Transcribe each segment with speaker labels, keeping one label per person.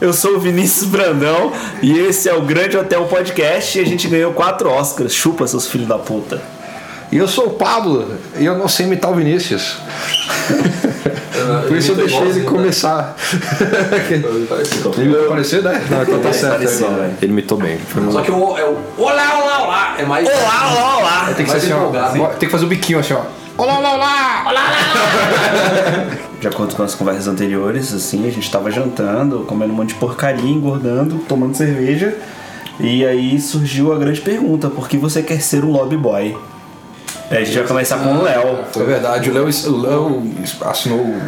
Speaker 1: Eu sou o Vinícius Brandão e esse é o Grande Hotel Podcast e a gente ganhou quatro Oscars. Chupa, seus filhos da puta.
Speaker 2: E eu sou o Pablo e eu não sei imitar o Vinícius. Por isso eu deixei ele
Speaker 3: né?
Speaker 4: né?
Speaker 2: começar. Ele vai aparecer, né? Não, então tá certo.
Speaker 1: Parecia,
Speaker 2: aí, ó.
Speaker 1: velho.
Speaker 5: Ele imitou bem. Foi uma-
Speaker 4: Só que o, é o olá, olá, olá. É mais.
Speaker 1: Olá, olá, olá.
Speaker 2: Tem que ser
Speaker 4: Mais
Speaker 2: assim, ó.
Speaker 4: empolgado, hein?
Speaker 2: Bora- Tem que fazer o biquinho assim, ó. Olá, olá, olá!
Speaker 1: De acordo com as conversas anteriores, assim, a gente tava jantando, comendo um monte de porcaria, engordando, tomando cerveja. E aí surgiu a grande pergunta, por que você quer ser um lobby boy? É, a gente vai começar com o Léo.
Speaker 2: É verdade, o Léo, o Léo assinou o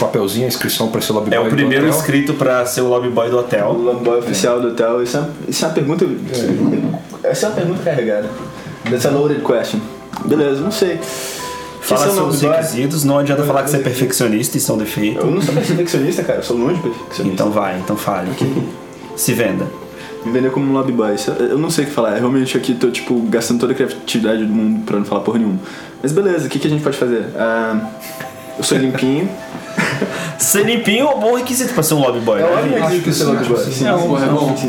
Speaker 2: papelzinho, a inscrição pra ser lobby
Speaker 1: É o
Speaker 2: boy do
Speaker 1: primeiro
Speaker 2: hotel.
Speaker 1: inscrito pra ser o lobby boy do
Speaker 6: O
Speaker 1: hotel.
Speaker 6: Lamboy oficial do hotel, isso é, isso é uma pergunta. Essa é uma pergunta carregada. That's a loaded question. Beleza, não sei.
Speaker 1: Fala
Speaker 6: seu
Speaker 1: sobre os
Speaker 6: lobby boy?
Speaker 1: requisitos, não adianta falar que você é perfeccionista e são defeito.
Speaker 6: Eu não sou perfeccionista, cara, eu sou longe de perfeccionista.
Speaker 1: Então vai, então fale. Se venda.
Speaker 6: Me vender como um lobby boy, isso- eu não sei o que falar. Eu realmente aqui tô, tipo, gastando toda a criatividade do mundo pra não falar porra nenhuma. Mas beleza, o que, que a gente pode fazer? Ah, eu sou limpinho.
Speaker 1: Ser limpinho é um bom requisito pra ser um lobby boy.
Speaker 6: É
Speaker 1: né?
Speaker 6: óbvio
Speaker 2: acho
Speaker 6: que
Speaker 2: que
Speaker 6: isso é lobby boy. Sim,
Speaker 4: é um-
Speaker 6: sim,
Speaker 4: é bom.
Speaker 6: sim, sim.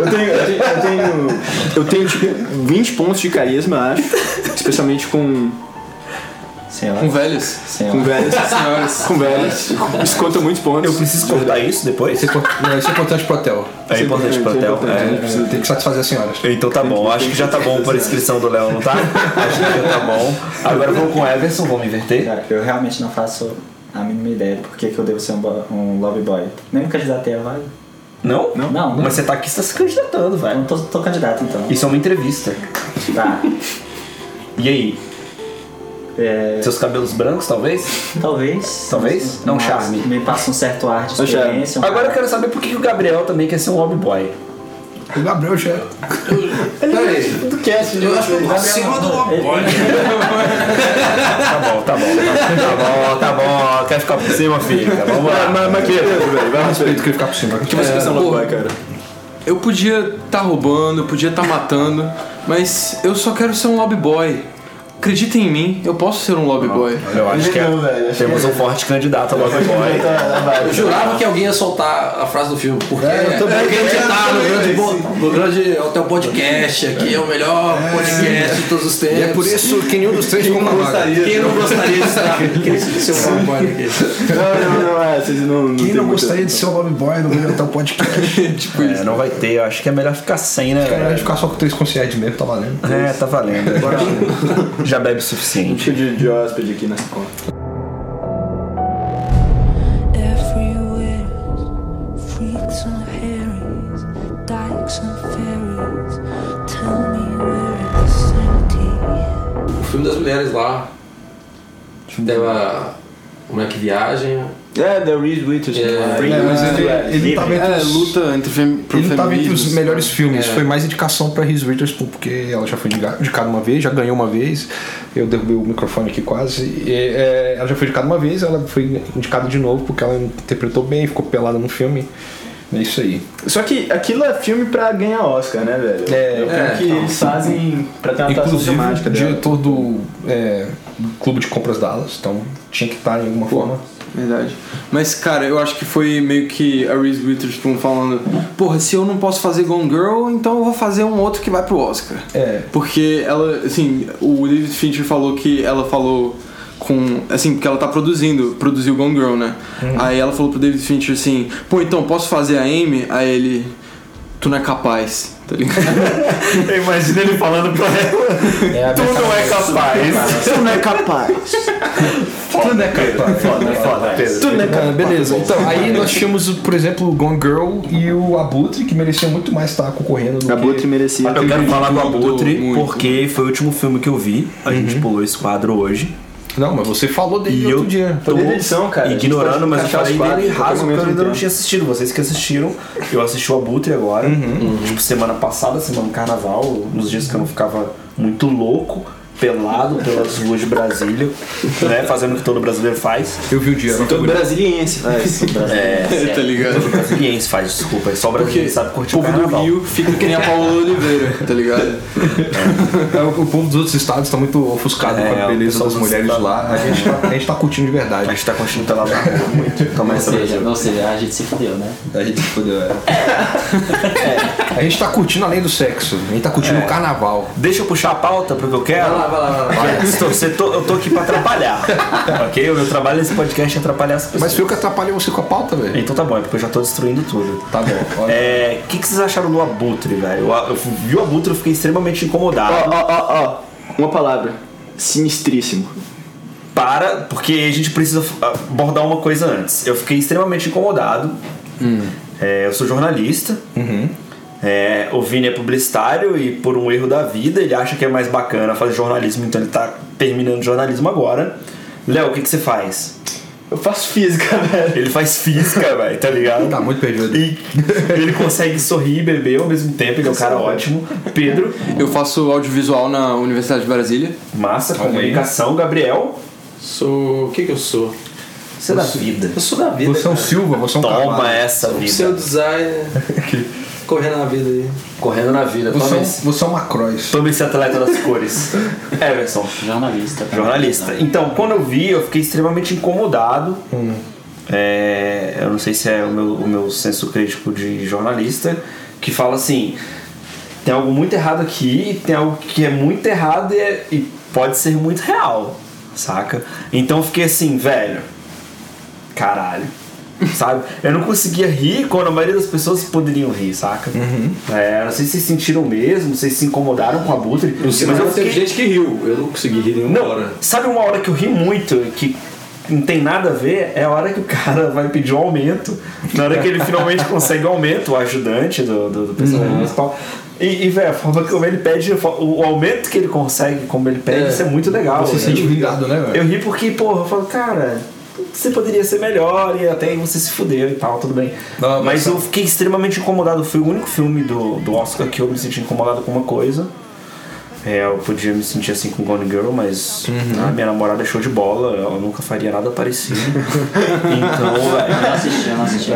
Speaker 6: Eu tenho, eu tenho, eu tenho, eu tenho, tipo, 20 pontos de carisma, eu acho. Especialmente com,
Speaker 1: Sei lá.
Speaker 4: Com velhos.
Speaker 1: Sei lá.
Speaker 6: com velhas.
Speaker 4: Senhoras.
Speaker 6: Com velhas. Isso conta muitos pontos.
Speaker 1: Eu preciso cortar isso depois?
Speaker 2: Isso é impor- Não, isso é importante pro hotel.
Speaker 1: É importante pro hotel.
Speaker 6: A
Speaker 1: é.
Speaker 6: gente precisa ter
Speaker 2: Tem que satisfazer as senhoras.
Speaker 1: Então tá bom, acho que já tá bom por inscrição do Léo, não tá? Acho que já tá bom. Agora vamos com o Everson, vamos inverter.
Speaker 7: Cara, eu realmente não faço a mínima ideia do porquê que eu devo ser um, bo- um lobby boy. Nem me candidatei a vaga.
Speaker 1: Não?
Speaker 7: Não? Não, não.
Speaker 1: Mas você tá aqui, você tá se candidatando,
Speaker 7: Eu
Speaker 1: velho.
Speaker 7: não tô, tô candidato então.
Speaker 1: Isso é uma entrevista.
Speaker 7: Tá.
Speaker 1: E aí?
Speaker 7: É,
Speaker 1: Seus cabelos brancos, talvez?
Speaker 7: talvez.
Speaker 1: Talvez? Não,
Speaker 7: mas
Speaker 1: charme.
Speaker 7: Me passa um certo ar de
Speaker 6: Não, charme.
Speaker 7: experiência. um
Speaker 1: Agora eu
Speaker 7: cara-
Speaker 1: quero saber por que que o Gabriel também quer ser um homem boy.
Speaker 2: O Gabriel já. Peraí.
Speaker 6: do cast,
Speaker 4: Eu acho que eu consigo do Lobby Boy.
Speaker 1: Tá bom, tá bom. Tá bom, tá bom. Quer ficar por cima, fica. Vamos lá.
Speaker 6: Ah, Mas, mas que velho, vai
Speaker 2: Respeito
Speaker 6: respeito.
Speaker 2: que ele ficar por cima.
Speaker 6: Que tipo você
Speaker 4: É,
Speaker 6: pensa no
Speaker 4: pô.
Speaker 6: Lobby Boy, cara?
Speaker 4: Eu podia estar roubando, eu podia estar matando, mas eu só quero ser um lobby boy. Acredita em mim, eu posso ser um lobby
Speaker 2: Ah.
Speaker 4: boy.
Speaker 1: Eu acho que é-
Speaker 6: Não, velho, acho
Speaker 1: temos um forte candidato a lobby boy.
Speaker 4: Eu jurava que alguém ia soltar a frase do filme, porque
Speaker 2: É, eu também.
Speaker 4: é acreditado no
Speaker 6: É,
Speaker 4: grande,
Speaker 6: sim.
Speaker 4: bo- no grande hotel podcast aqui, é o melhor podcast de todos os tempos.
Speaker 2: E é por isso que nenhum dos três ficou na vaga.
Speaker 4: Quem não gostaria de estar queria ser um lobby boy aqui?
Speaker 6: Não, não, não, é, vocês não. não
Speaker 2: Quem
Speaker 6: tem
Speaker 2: não
Speaker 6: muita-
Speaker 2: gostaria de ser o Bob Boy no meio do hotel podcast?
Speaker 4: Tipo
Speaker 1: É,
Speaker 4: isso.
Speaker 1: não vai ter, eu acho que é melhor ficar sem, né?
Speaker 2: Cara,
Speaker 1: velho?
Speaker 2: de ficar só com três concierge mesmo, tá valendo.
Speaker 1: É, tá valendo. Agora já bebe o suficiente.
Speaker 6: Cheio tipo de, de hóspede aqui nessa conta.
Speaker 8: everywhere. Freaks and fairies, dykes and fairies. Tell me where is sanity?
Speaker 4: O filme das mulheres lá. Tem uma. Como é que viagem?
Speaker 6: É, The Reese Witherspoon. né?
Speaker 4: É,
Speaker 2: É, mas ele, ele não tava entre
Speaker 4: É,
Speaker 2: os-
Speaker 4: luta entre fem, pro
Speaker 2: Ele não tava entre
Speaker 4: feminismo,
Speaker 2: os
Speaker 4: sabe?
Speaker 2: melhores filmes,
Speaker 4: É.
Speaker 2: foi mais indicação pra Reese Witherspoon, porque ela já foi indica- indicada uma vez, já ganhou uma vez. Eu derrubei o microfone aqui quase. E, é, ela já foi indicada uma vez, ela foi indicada de novo porque ela interpretou bem, ficou pelada no filme. É isso aí.
Speaker 6: Só que aquilo é filme pra ganhar Oscar, né,
Speaker 2: É,
Speaker 6: velho? é o
Speaker 4: é,
Speaker 6: filme que
Speaker 4: então.
Speaker 6: eles fazem pra ter uma atuação
Speaker 2: Inclusive,
Speaker 6: dramática
Speaker 2: o
Speaker 6: tá dela.
Speaker 2: diretor do é, Clube de Compras Dallas, então tinha que estar em alguma forma.
Speaker 4: Verdade. Mas, cara, eu acho que foi meio que a Reese Witherspoon falando: Porra, se eu não posso fazer Gone Girl, então eu vou fazer um outro que vai pro Oscar.
Speaker 2: É.
Speaker 4: Porque ela, assim, o David Fincher falou que ela falou com. Assim, porque ela tá produzindo, produziu Gone Girl, né?
Speaker 2: Uhum.
Speaker 4: Aí ela falou pro David Fincher assim: Pô, então posso fazer a Amy? Aí ele. Tu não é capaz, tá ligado?
Speaker 1: Eu imagino ele falando pra ela: Tu não é capaz.
Speaker 6: Você não é capaz.
Speaker 1: Tu não é capaz. Foda, foda, Pedro.
Speaker 2: Tudo, né, cara? Beleza. Então, aí nós tínhamos, por exemplo, o Gone Girl e o Abutre, que merecia muito mais estar concorrendo do
Speaker 6: A Butri
Speaker 2: que...
Speaker 6: merecia.
Speaker 1: Eu quero falar do
Speaker 4: Muito,
Speaker 1: Abutre
Speaker 4: muito.
Speaker 1: porque foi o último filme que eu vi. A gente pulou esse quadro hoje.
Speaker 2: Não, mas você falou dele
Speaker 1: E
Speaker 2: outro
Speaker 1: eu
Speaker 2: dia.
Speaker 1: tô
Speaker 6: Foi desde a edição, cara. A gente
Speaker 1: ignorando,
Speaker 6: pode
Speaker 1: mas eu
Speaker 6: encaixar
Speaker 1: falei
Speaker 6: os quadros,
Speaker 1: dele
Speaker 6: qualquer
Speaker 1: raso porque
Speaker 6: momento
Speaker 1: eu ainda
Speaker 6: do
Speaker 1: não
Speaker 6: tempo.
Speaker 1: tinha assistido. Vocês que assistiram, eu assisti o Abutre agora, um, tipo semana passada, semana do carnaval, nos dias que eu não ficava muito louco. pelado pelas ruas de Brasília, né? Fazendo o que todo brasileiro faz.
Speaker 2: Eu vi o dia.
Speaker 6: Todo brasiliense.
Speaker 7: Ah, isso, Brasil.
Speaker 1: É,
Speaker 4: tá ligado?
Speaker 1: todo brasiliense faz, desculpa. É só brasileiro que sabe curtir
Speaker 4: O
Speaker 1: o
Speaker 4: povo do
Speaker 1: carnaval.
Speaker 4: Rio fica que nem a Paula Oliveira, tá ligado?
Speaker 2: É, O o povo dos outros estados tá muito ofuscado
Speaker 1: É,
Speaker 2: com a
Speaker 1: o
Speaker 2: beleza
Speaker 1: pessoal
Speaker 2: das
Speaker 1: dos
Speaker 2: mulheres
Speaker 1: estados-
Speaker 2: lá. A gente, tá, a gente tá curtindo de
Speaker 1: A
Speaker 2: verdade.
Speaker 1: gente tá continuando pela barra muito. Toma
Speaker 7: Ou
Speaker 1: essa
Speaker 7: seja,
Speaker 1: Brasil.
Speaker 7: ou seja, a gente se fudeu, né?
Speaker 6: A gente fodeu, é.
Speaker 2: A gente tá curtindo além do sexo. A gente tá curtindo o carnaval.
Speaker 1: Deixa eu puxar a pauta pro que eu quero.
Speaker 7: Vai lá, vai lá, vai lá.
Speaker 1: Estou- você tô- eu tô aqui pra atrapalhar. ok? O meu trabalho nesse podcast é atrapalhar as pessoas.
Speaker 2: Mas foi eu que atrapalhei você com a pauta, velho.
Speaker 1: Então tá bom, é porque eu já tô destruindo tudo.
Speaker 2: Tá bom. Olha.
Speaker 1: É. O que, que vocês acharam do Abutre, velho? Eu, eu vi o Abutre, eu fiquei extremamente incomodado.
Speaker 6: Ó, ó, ó, ó. Uma palavra. Sinistríssimo.
Speaker 1: Para, porque a gente precisa ah, abordar uma coisa antes. Eu fiquei extremamente incomodado.
Speaker 2: Hum.
Speaker 1: É, eu sou jornalista.
Speaker 2: Uhum.
Speaker 1: É, o Vini é publicitário e por um erro da vida ele acha que é mais bacana fazer jornalismo, então ele tá terminando jornalismo agora. Léo, o que, que você faz?
Speaker 6: Eu faço física, velho.
Speaker 1: Ele faz física, velho, tá ligado?
Speaker 2: Tá muito perdido.
Speaker 1: E ele consegue sorrir e beber ao mesmo tempo, ele é um cara ótimo. Pedro,
Speaker 4: Eu faço audiovisual na Universidade de Brasília.
Speaker 1: massa,
Speaker 2: Olha aí.
Speaker 1: comunicação. Gabriel,
Speaker 5: Sou. O que que eu sou?
Speaker 1: você é da vida.
Speaker 5: Eu sou da vida.
Speaker 2: Você é um Silva, você é um
Speaker 1: Toma
Speaker 2: cavalo.
Speaker 1: essa
Speaker 5: cara. Seu
Speaker 1: vida.
Speaker 5: designer. Correndo na vida aí.
Speaker 1: Correndo na vida,
Speaker 2: Você é um, você é uma cross.
Speaker 1: Toma esse atleta das cores. Everson,
Speaker 7: Jornalista. tá?
Speaker 1: jornalista. Então, quando eu vi, eu fiquei extremamente incomodado. É, eu não sei se é o meu, o meu senso crítico de jornalista, que fala assim: tem algo muito errado aqui, tem algo que é muito errado e, é- e pode ser muito real, saca? Então eu fiquei assim, velho, caralho. Sabe? Eu não conseguia rir quando a maioria das pessoas poderiam rir, saca? É, não sei se vocês sentiram mesmo, se vocês se incomodaram com a Butre.
Speaker 5: Mas eu teve gente que riu. Eu não consegui rir nenhuma
Speaker 1: Não,
Speaker 5: hora.
Speaker 1: sabe uma hora que eu ri muito, que não tem nada a ver, é a hora que o cara vai pedir um aumento. Na hora que ele finalmente consegue o aumento, o ajudante do, do, do personagem principal. E, e velho, a forma como ele pede, o aumento que ele consegue, como ele pede,
Speaker 5: É.
Speaker 1: isso é muito legal.
Speaker 2: Você se
Speaker 1: velho.
Speaker 2: sente vingado, né, velho?
Speaker 1: Eu ri porque, porra, eu falo, cara, você poderia ser melhor e até aí você se fudeu e tal, tudo bem.
Speaker 2: Não,
Speaker 1: mas eu fiquei extremamente incomodado. Foi o único filme do, do Oscar que eu me senti incomodado com uma coisa. É, eu podia me sentir assim com Gone Girl, mas ah, minha namorada é show de bola, ela nunca faria nada parecido. então, velho.
Speaker 7: Não assisti, eu não assisti.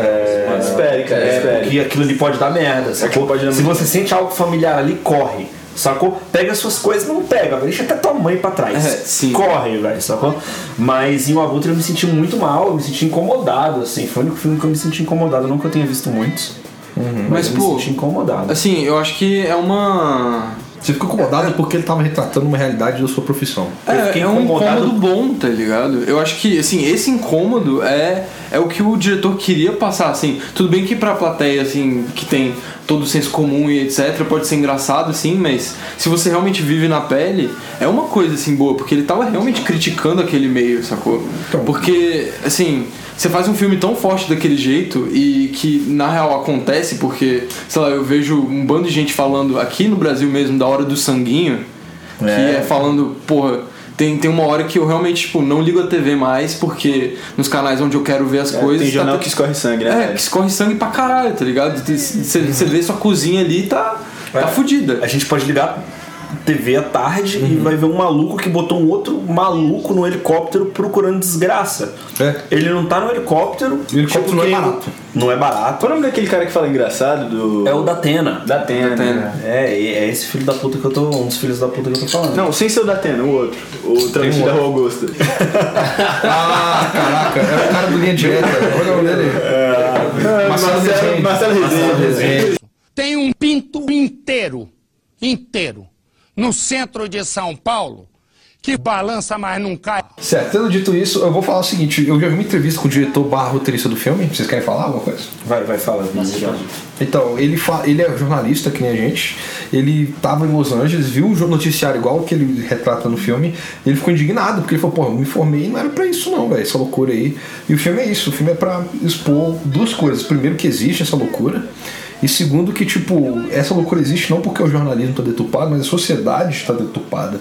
Speaker 6: Espere, cara,
Speaker 1: É,
Speaker 6: espere.
Speaker 1: porque aquilo ali pode dar merda, sacou?
Speaker 6: Aquilo pode dar
Speaker 1: Se você sente algo familiar ali, corre. Sacou? Pega as suas coisas, não pega, velho. deixa até tua mãe pra trás.
Speaker 4: É, sim.
Speaker 1: Corre, velho, sacou? Mas em O Abutre eu me senti muito mal, eu me senti incomodado, assim. Foi o único filme que eu me senti incomodado, não que eu tenha visto muitos.
Speaker 4: Mas,
Speaker 1: Mas, eu
Speaker 4: pô,
Speaker 1: me senti incomodado.
Speaker 4: assim, eu acho que é uma.
Speaker 2: Você ficou incomodado porque ele tava retratando uma realidade da sua profissão.
Speaker 1: Eu
Speaker 4: É,
Speaker 1: fiquei
Speaker 4: é um
Speaker 1: incomodado.
Speaker 4: incômodo bom, tá ligado? Eu acho que, assim, esse incômodo é, é o que o diretor queria passar, assim. Tudo bem que pra plateia, assim, que tem todo o senso comum e etc, pode ser engraçado, assim, mas se você realmente vive na pele, é uma coisa, assim, boa, porque ele tava realmente criticando aquele meio, sacou?
Speaker 1: Então.
Speaker 4: Porque, assim, você faz um filme tão forte daquele jeito e que na real acontece porque, sei lá, eu vejo um bando de gente falando aqui no Brasil mesmo da hora do sanguinho. Que é falando, porra, tem, tem uma hora que eu realmente, tipo, não ligo a TV mais, porque nos canais onde eu quero ver as coisas.
Speaker 6: É, Tem jornal
Speaker 4: tá-
Speaker 6: que escorre sangue, né?
Speaker 4: É,
Speaker 6: velho?
Speaker 4: que escorre sangue pra caralho, tá ligado? Você vê sua cozinha ali e tá,
Speaker 6: É.
Speaker 4: tá
Speaker 1: A
Speaker 4: fudida.
Speaker 1: gente pode ligar TV à tarde e vai ver um maluco que botou um outro maluco no helicóptero procurando desgraça.
Speaker 2: É.
Speaker 1: Ele não tá no helicóptero. tipo,
Speaker 2: E o helicóptero não é barato.
Speaker 1: Não é barato.
Speaker 6: Qual o nome daquele cara que fala engraçado do.
Speaker 1: É o da Atena.
Speaker 6: da Atena. né?
Speaker 4: Datena.
Speaker 1: É, e- é esse filho da puta que eu tô. Um dos filhos da puta que eu tô falando.
Speaker 6: Não, sem ser o da Atena, o outro. O travesti
Speaker 2: um
Speaker 6: da Rua Augusta.
Speaker 2: Ah, caraca, era o cara do linha direta. né? Olha o nome dele. É, Marcelo Rezende.
Speaker 6: Marcelo Rezende.
Speaker 9: tem um pinto inteiro, inteiro, no centro de São Paulo, que balança, mas não cai.
Speaker 2: Certo, tendo dito isso, eu vou falar o seguinte: eu já vi uma entrevista com o diretor barra roteirista do filme. Vocês querem falar alguma coisa?
Speaker 1: Vai, vai, fala.
Speaker 7: Não assisti.
Speaker 2: Então, ele, fa- ele é jornalista, que nem a gente. Ele tava em Los Angeles, viu um jo- noticiário igual o que ele retrata no filme. e Ele ficou indignado, porque ele falou: pô, eu me formei e não era pra isso, não, velho, essa loucura aí. E o filme é isso: o filme é pra expor duas coisas. Primeiro, que existe essa loucura. E segundo, que, tipo, essa loucura existe não porque o jornalismo tá deturpado, mas a sociedade está deturpada.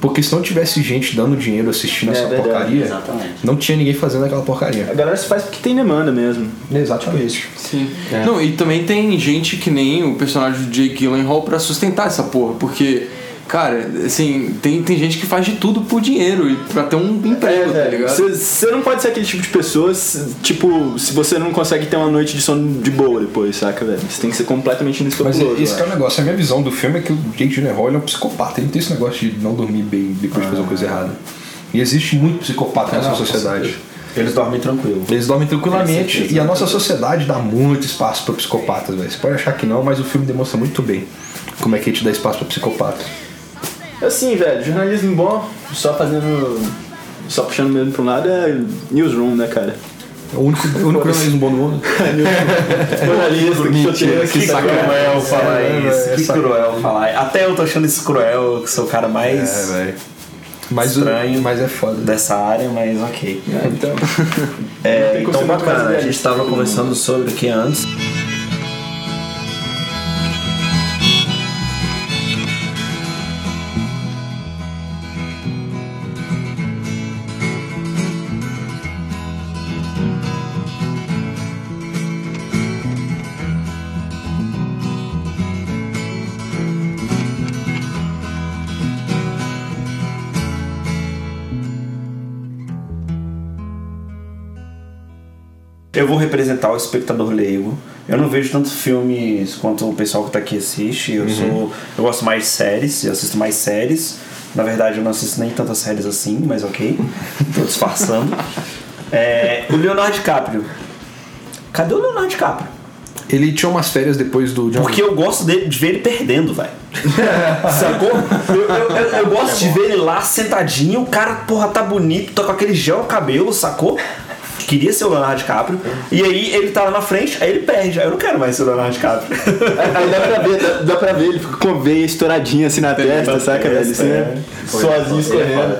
Speaker 2: Porque se não tivesse gente dando dinheiro assistindo essa
Speaker 6: verdade,
Speaker 2: porcaria,
Speaker 7: exatamente.
Speaker 2: não tinha ninguém fazendo aquela porcaria.
Speaker 6: A galera se faz porque tem demanda mesmo.
Speaker 2: Exatamente.
Speaker 6: É.
Speaker 4: Sim. Não, e também tem gente que nem o personagem do Jake Gyllenhaal pra sustentar essa porra, porque. Cara, assim, tem, tem gente que faz de tudo por dinheiro e pra ter um
Speaker 2: É,
Speaker 4: emprego, tá ligado?
Speaker 6: É, Você Tipo, não pode ser aquele tipo de pessoa, se- tipo, se você não consegue ter uma noite de sono de boa depois, saca, velho? Você tem que ser completamente
Speaker 2: Mas
Speaker 6: inescrupuloso.
Speaker 2: esse que é
Speaker 6: eu
Speaker 2: o negócio. A minha visão do filme é que o Jake Gyllenhaal ele é um psicopata. Ele não tem esse negócio de não dormir bem depois de fazer uma coisa errada. E existe muito psicopata nessa sociedade.
Speaker 1: Eles dormem tranquilo.
Speaker 2: Eles dormem tranquilamente e a nossa sociedade dá muito espaço para psicopatas, velho. Você pode achar que não, mas o filme demonstra muito bem como é que a gente dá espaço para psicopata.
Speaker 6: acho. Assim, velho, jornalismo bom, só fazendo. Só puxando mesmo pra um lado é newsroom, né, cara?
Speaker 2: É o único, o único jornalismo bom do mundo.
Speaker 6: Jornalista, que choteiro, que
Speaker 1: Que
Speaker 6: sacanagem.
Speaker 1: cruel falar
Speaker 2: é,
Speaker 1: isso,
Speaker 2: é,
Speaker 1: que
Speaker 2: saca-
Speaker 1: cruel falar. Até eu tô achando isso cruel, que sou o cara mais
Speaker 2: É, velho. Mas,
Speaker 1: Estranho.
Speaker 2: mas é foda.
Speaker 1: dessa área, mas ok.
Speaker 2: Então,
Speaker 1: É,
Speaker 6: como
Speaker 1: então,
Speaker 6: ser muito mais
Speaker 1: bacana, a gente
Speaker 6: realista.
Speaker 1: estava conversando sobre o que antes. Eu vou representar o espectador leigo. Eu não vejo tantos filmes quanto o pessoal que tá aqui assiste. Eu sou. Eu gosto mais de séries, eu assisto mais séries. Na verdade eu não assisto nem tantas séries assim, mas ok. Tô disfarçando. É, o Leonardo DiCaprio. Cadê o Leonardo DiCaprio?
Speaker 2: ele tinha umas férias depois do John.
Speaker 1: Porque eu gosto dele- de ver ele perdendo, velho. Sacou? Eu, eu- eu- eu gosto de ver ele lá sentadinho, o cara, porra, tá bonito, tá com aquele gel no cabelo, sacou? Queria ser o Leonardo DiCaprio. E aí ele tá lá na frente, aí ele perde. Aí eu não quero mais ser o Leonardo DiCaprio.
Speaker 6: Aí dá pra ver, dá, dá pra ver, ele fica com a veia estouradinha assim na testa, saca, velho? Assim, né? Sozinho escorrendo.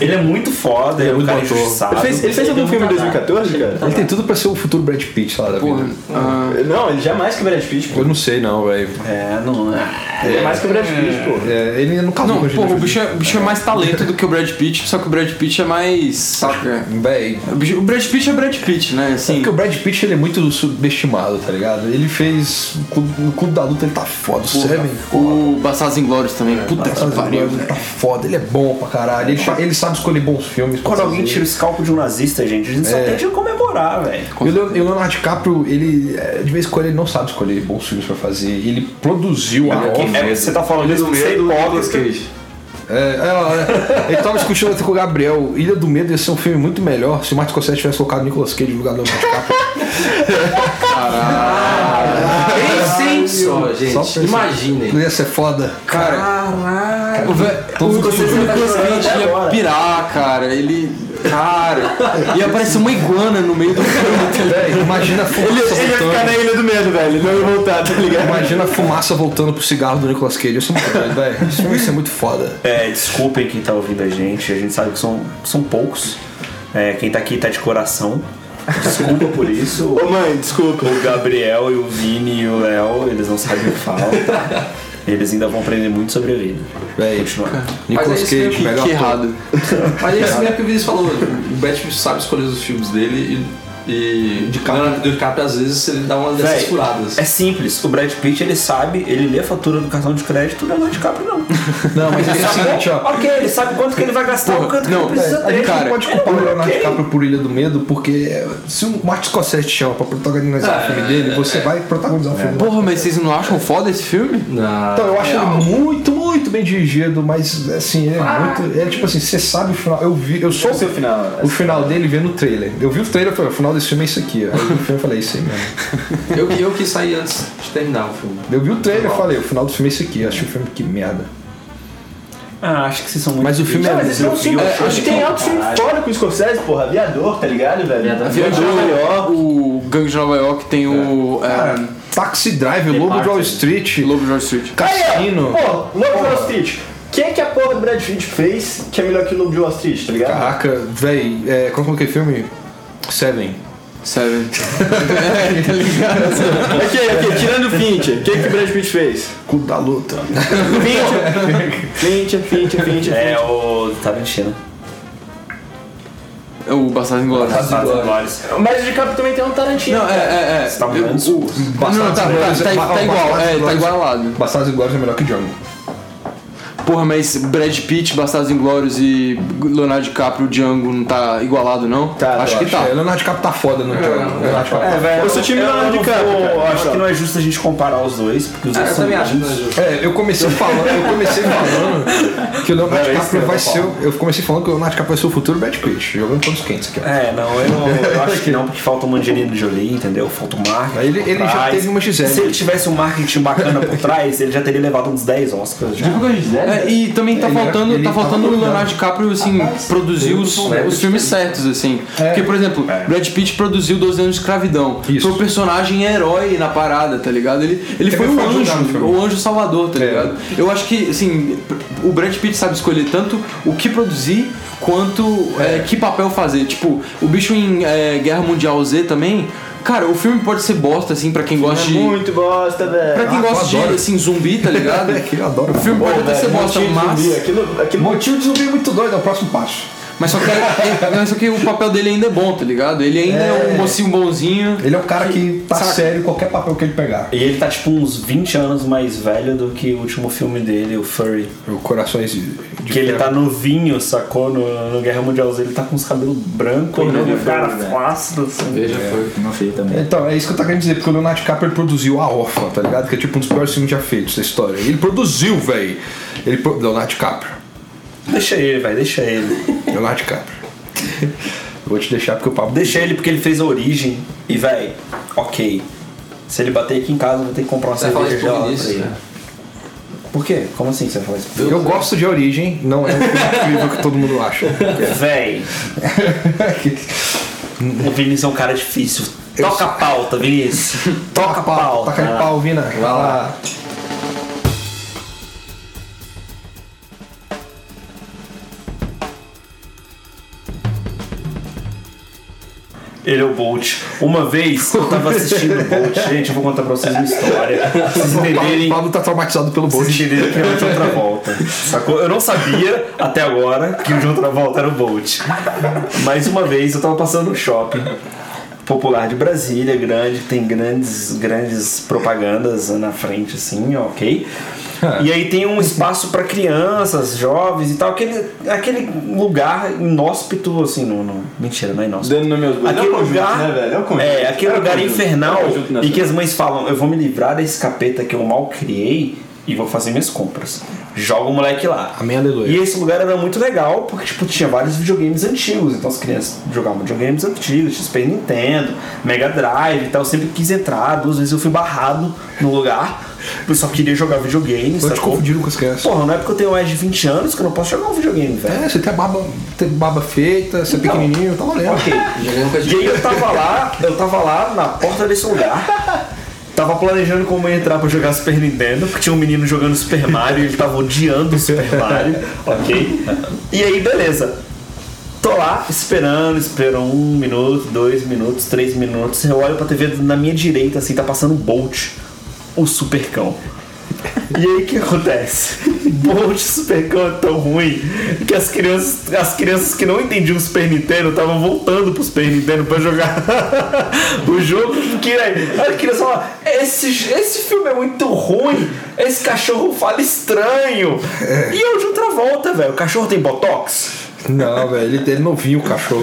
Speaker 1: ele é muito foda, ele é um cara
Speaker 2: ator.
Speaker 1: injustiçado.
Speaker 6: Ele fez, ele fez algum filme em 2014, cara?
Speaker 2: Ele tem tudo para ser o futuro Brad Pitt lá da
Speaker 4: Porra,
Speaker 6: né?
Speaker 2: vida.
Speaker 4: ah,
Speaker 6: Não, ele jamais que o Brad Pitt, pô.
Speaker 2: Eu não sei não, velho.
Speaker 1: É, não é.
Speaker 6: Ele é mais que o Brad Pitt, pô.
Speaker 2: É, ele não casou
Speaker 4: não,
Speaker 2: com a gente.
Speaker 4: porra, o bicho, é, o bicho é mais talento do que o Brad Pitt, só que o Brad Pitt é mais. Saca?
Speaker 2: Véi,
Speaker 4: O bicho- o Brad Pitt é Brad Pitt, né? Assim,
Speaker 2: Porque o Brad Pitt ele é muito subestimado, tá ligado? Ele fez. o Clube- No Clube da Luta ele tá foda. O Seven.
Speaker 4: o Bastardos Inglórios também. Puta que pariu,
Speaker 2: Ele
Speaker 4: velho.
Speaker 2: tá
Speaker 1: né?
Speaker 2: foda, ele é bom pra caralho. Ele, ele sabe escolher bons filmes. pra
Speaker 1: Quando alguém
Speaker 2: fazer.
Speaker 1: tira o escalpo de um nazista, gente, a gente só tem de comemorar, velho.
Speaker 2: E o Leo- e o Leonardo DiCaprio, ele é, de vez em quando ele não sabe escolher bons filmes pra fazer. Ele produziu a obra.
Speaker 1: É, você tá falando isso porque você é hipócrita.
Speaker 2: É, é, é, ele tava discutindo ontem com o Gabriel. Ilha do Medo ia ser um filme muito melhor se o Martin Scorsese tivesse colocado Nicolas Cage no lugar do Leonardo DiCaprio.
Speaker 5: Pensem só, gente.
Speaker 2: pensar.
Speaker 5: Imaginem.
Speaker 2: Não ia ser foda. Cara,
Speaker 4: O ve- o Nicolas
Speaker 2: tá
Speaker 4: Cage ia pirar, cara. Ele. Cara. Ia aparecer uma iguana no meio do filme.
Speaker 2: velho, imagina a
Speaker 6: Ele,
Speaker 2: fumaça
Speaker 6: ele ia ficar
Speaker 2: voltando.
Speaker 6: na Ilha do Medo, velho. Ele não ia voltar, tá ligado?
Speaker 2: Imagina a fumaça voltando pro cigarro do Nicolas Cage. Isso é muito doido, velho. Isso, isso é muito foda.
Speaker 1: É, desculpem quem tá ouvindo a gente, a gente sabe que são, são poucos. É, quem tá aqui tá de coração. Desculpa por isso.
Speaker 6: Ô mãe, desculpa.
Speaker 1: O Gabriel e o Vini e o Léo, eles não sabem o que falam. Eles ainda vão aprender muito sobre a vida.
Speaker 4: É
Speaker 2: Véi,
Speaker 1: Continuar.
Speaker 2: Nicolas
Speaker 4: isso
Speaker 2: Cage, melhor
Speaker 4: que
Speaker 2: ator.
Speaker 4: errado.
Speaker 3: Mas é isso mesmo que o Vinícius falou, o Brad Pitt sabe escolher os filmes dele e. e de Leonardo DiCaprio, às vezes, ele dá uma dessas
Speaker 1: Véi,
Speaker 3: furadas.
Speaker 1: É simples, o Brad Pitt ele sabe, ele lê a fatura do cartão de crédito, o Leonardo DiCaprio não.
Speaker 2: Não, mas é o seguinte, ó.
Speaker 1: ok, ele sabe quanto que ele vai gastar, o quanto
Speaker 4: Tá não,
Speaker 1: que ele precisa
Speaker 4: é,
Speaker 1: ter.
Speaker 4: cara,
Speaker 2: Não pode culpar o Leonardo DiCaprio por Ilha do Medo, porque se o Martin Scorsese te chama pra protagonizar o filme dele, você vai protagonizar o filme.
Speaker 4: Porra, mas vocês não acham foda esse filme?
Speaker 2: Então, É. eu acho ele muito, muito bem dirigido, mas assim, é muito. É tipo assim, você sabe o final. Eu vi, eu sou
Speaker 6: Qual o seu final?
Speaker 2: o final dele vendo o trailer. Eu vi o trailer e falei, o final desse filme é isso aqui. ó. Aí eu vi o filme e falei, isso aí mesmo.
Speaker 3: Eu, eu quis sair antes de terminar o filme.
Speaker 2: Eu vi o trailer e falei, o final do filme é isso aqui. Eu achei o filme que merda.
Speaker 1: Ah, acho que vocês são muito.
Speaker 2: Mas o filme é-
Speaker 1: mas
Speaker 6: Não, sim,
Speaker 1: é,
Speaker 6: acho que tem alto filme fora com o Scorsese, porra. Aviador, tá ligado, velho?
Speaker 4: Viador, o Gangue de Nova York tem o.
Speaker 2: Cara,
Speaker 4: É,
Speaker 2: Taxi Drive, Lobo de Wall Street,
Speaker 4: Lobo de Wall Street.
Speaker 2: Cassino.
Speaker 6: Pô, Lobo de Wall Street. Quem é que a porra do Brad Pitt fez que é melhor que o Lobo de Wall Street, tá ligado?
Speaker 2: Caraca, véi, é, qual que é o filme? Seven.
Speaker 4: Sério.
Speaker 6: Ok, ok, tirando o Fincher. Quem é que o Brad Pitt fez?
Speaker 2: Clube da Luta.
Speaker 6: Fincher, Fincher, Fincher.
Speaker 1: é o Tarantino.
Speaker 4: É O Bastardos Inglórios.
Speaker 1: Bastardos Inglórios.
Speaker 6: Mas o DiCaprio também tem um Tarantino.
Speaker 4: Não, é, é, é.
Speaker 1: Você tá mudando
Speaker 4: Eu-
Speaker 1: discurso.
Speaker 4: Não, não, tá, tá, tá, tá igual, é, tá igualado.
Speaker 2: Bastardos Inglórios é melhor que Django.
Speaker 4: Porra, mas Brad Pitt, Bastardos Inglórios e Leonardo DiCaprio, Django, não tá igualado, não?
Speaker 2: eu
Speaker 4: acho que tá.
Speaker 2: É, Leonardo DiCaprio tá foda no jogo. Leonardo DiCaprio tá
Speaker 1: É, velho.
Speaker 6: Eu sou time Leonardo
Speaker 1: não
Speaker 6: DiCaprio,
Speaker 1: vou-
Speaker 6: cara.
Speaker 1: eu Acho que não é justo a gente comparar os dois, porque os dois
Speaker 3: eu
Speaker 1: são
Speaker 3: também acho.
Speaker 1: bons.
Speaker 2: É, eu comecei falando, eu comecei falando que o Leonardo DiCaprio vai ser. o- Eu comecei falando que o Leonardo DiCaprio vai ser o futuro Brad Pitt, jogando todos quentes aqui. ó.
Speaker 1: É, não, eu, eu acho que não, porque falta um uma Angelina Jolie, entendeu? Falta o marketing.
Speaker 2: Ele-
Speaker 1: por
Speaker 2: ele já
Speaker 1: trás.
Speaker 2: teve uma Gisele.
Speaker 1: Se ele tivesse um marketing bacana por trás, ele já teria levado uns 10 Oscars já.
Speaker 4: É, e também tá
Speaker 2: Ele-
Speaker 4: faltando,
Speaker 2: ele
Speaker 4: tá
Speaker 2: tá
Speaker 4: faltando o
Speaker 2: cuidando.
Speaker 4: Leonardo DiCaprio assim, produzir os, os filmes certos, assim.
Speaker 2: É.
Speaker 4: Porque, por exemplo, Brad Pitt produziu 12 anos de escravidão.
Speaker 2: Isso.
Speaker 4: Foi o personagem herói na parada, tá ligado? Ele, ele foi o
Speaker 2: foi ajudar no
Speaker 4: anjo,
Speaker 2: filme.
Speaker 4: o anjo salvador, tá ligado? Eu acho que, assim, o Brad Pitt sabe escolher tanto o que produzir quanto é, que papel fazer. Tipo, o bicho em é, Guerra Mundial Z também. Cara, o filme pode ser bosta, assim, pra quem gosta de.
Speaker 6: É Muito bosta, velho.
Speaker 4: Pra quem
Speaker 2: Ah,
Speaker 4: gosta
Speaker 2: eu
Speaker 4: de
Speaker 2: adoro.
Speaker 4: assim, zumbi, tá ligado?
Speaker 2: É que eu adoro.
Speaker 4: O filme pode até ser bosta, mas.
Speaker 6: Aquilo, aquilo
Speaker 2: Motivo de zumbi é muito doido, é o próximo passo.
Speaker 4: Mas só, que, é- mas só que o papel dele ainda é bom, tá ligado? Ele ainda é, um mocinho bonzinho.
Speaker 2: Ele é um cara que tá
Speaker 4: Saca.
Speaker 2: sério em qualquer papel que ele pegar.
Speaker 1: E ele tá tipo uns 20 anos mais velho do que o último filme dele, o Furry.
Speaker 2: O corações de. de
Speaker 1: Que ele
Speaker 2: ferro.
Speaker 1: tá novinho, sacou? No, no Guerra Mundial Z, ele tá com os cabelos brancos,
Speaker 6: Ele
Speaker 1: né?
Speaker 6: é
Speaker 1: O cara
Speaker 6: Furry, né?
Speaker 1: flácido, assim.
Speaker 3: Veja, foi.
Speaker 7: Não feio também.
Speaker 2: Então, é isso que eu tô querendo dizer, porque o Leonardo DiCaprio ele produziu A Órfã, tá ligado? Que é tipo um dos piores filmes já feitos da história. Ele produziu, velho. Ele pro... Leonardo DiCaprio.
Speaker 1: Deixa ele, vai, deixa ele.
Speaker 2: Leonardo DiCaprio. Vou te deixar porque o papo.
Speaker 1: Deixa ele porque ele fez a origem e, véi, ok. Se ele bater aqui em casa, eu vou ter que comprar uma
Speaker 3: Você fala
Speaker 1: cerveja
Speaker 3: isso
Speaker 1: gelada pra
Speaker 3: por início,
Speaker 1: ele.
Speaker 3: né?
Speaker 1: Por quê? Como assim você fala isso?
Speaker 2: Eu gosto de A Origem, não é um filme incrível que todo mundo acha.
Speaker 1: Véi, o Vinícius é um cara difícil. Toca a pauta, Vinícius. Toca a pauta.
Speaker 2: Toca de pau, Vina. Vai lá.
Speaker 1: Ele é o Bolt. Uma vez eu tava assistindo o Bolt. Gente, eu vou contar pra vocês uma história. Pra vocês
Speaker 2: O
Speaker 1: entenderem.
Speaker 2: Pablo- Pablo tá traumatizado pelo
Speaker 1: Vocês
Speaker 2: Bolt.
Speaker 1: entenderem que era o John Travolta. Sacou? Eu não sabia até agora que o John Travolta era o Bolt. Mas uma vez eu tava passando no shopping popular de Brasília, grande, tem grandes, grandes propagandas na frente, assim, ok? E aí tem um espaço pra crianças, jovens e tal, aquele, aquele lugar inóspito, assim, no, no- Mentira, não é inóspito.
Speaker 6: dando nos meus bois.
Speaker 1: Aquele
Speaker 6: é o conjunto,
Speaker 1: lugar,
Speaker 6: né, velho? É o conjunto.
Speaker 1: é, aquele
Speaker 6: É o
Speaker 1: lugar
Speaker 6: conjunto.
Speaker 1: infernal
Speaker 6: É o conjunto, né?
Speaker 1: e que as mães falam: eu vou me livrar desse capeta que eu mal criei e vou fazer minhas compras. Joga o moleque lá.
Speaker 2: Amém, aleluia.
Speaker 1: E esse lugar era muito legal porque tipo, tinha vários videogames antigos. Então as crianças jogavam videogames antigos, XP Nintendo, Mega Drive e tal. Eu sempre quis entrar, duas vezes eu fui barrado no lugar. Eu só queria jogar videogames.
Speaker 2: Não te
Speaker 1: sacou?
Speaker 2: confundiram com as crianças.
Speaker 1: Porra, não é porque eu tenho mais de 20 anos que eu não posso jogar um videogame, velho.
Speaker 2: É, você tem a barba, tem barba feita, você é
Speaker 1: Então,
Speaker 2: pequenininho, tá valendo.
Speaker 1: Ok. E aí eu tava lá, eu tava lá na porta desse lugar. Tava planejando como eu ia entrar pra jogar Super Nintendo, porque tinha um menino jogando Super Mario e ele tava odiando o Super Mario, ok? E aí, beleza. Tô lá esperando, esperando um minuto, dois minutos, três minutos. Eu olho pra TV na minha direita, assim, tá passando o Bolt, o Supercão. E aí o que acontece? Bolt e Supercão é tão ruim que as crianças, as crianças que não entendiam o Super Nintendo estavam voltando pro Super Nintendo pra jogar o jogo. Porque né, a criança fala: esse, esse filme é muito ruim, esse cachorro fala estranho. E eu de outra volta, velho. O cachorro tem botox?
Speaker 2: Não, velho, ele, ele não viu o cachorro.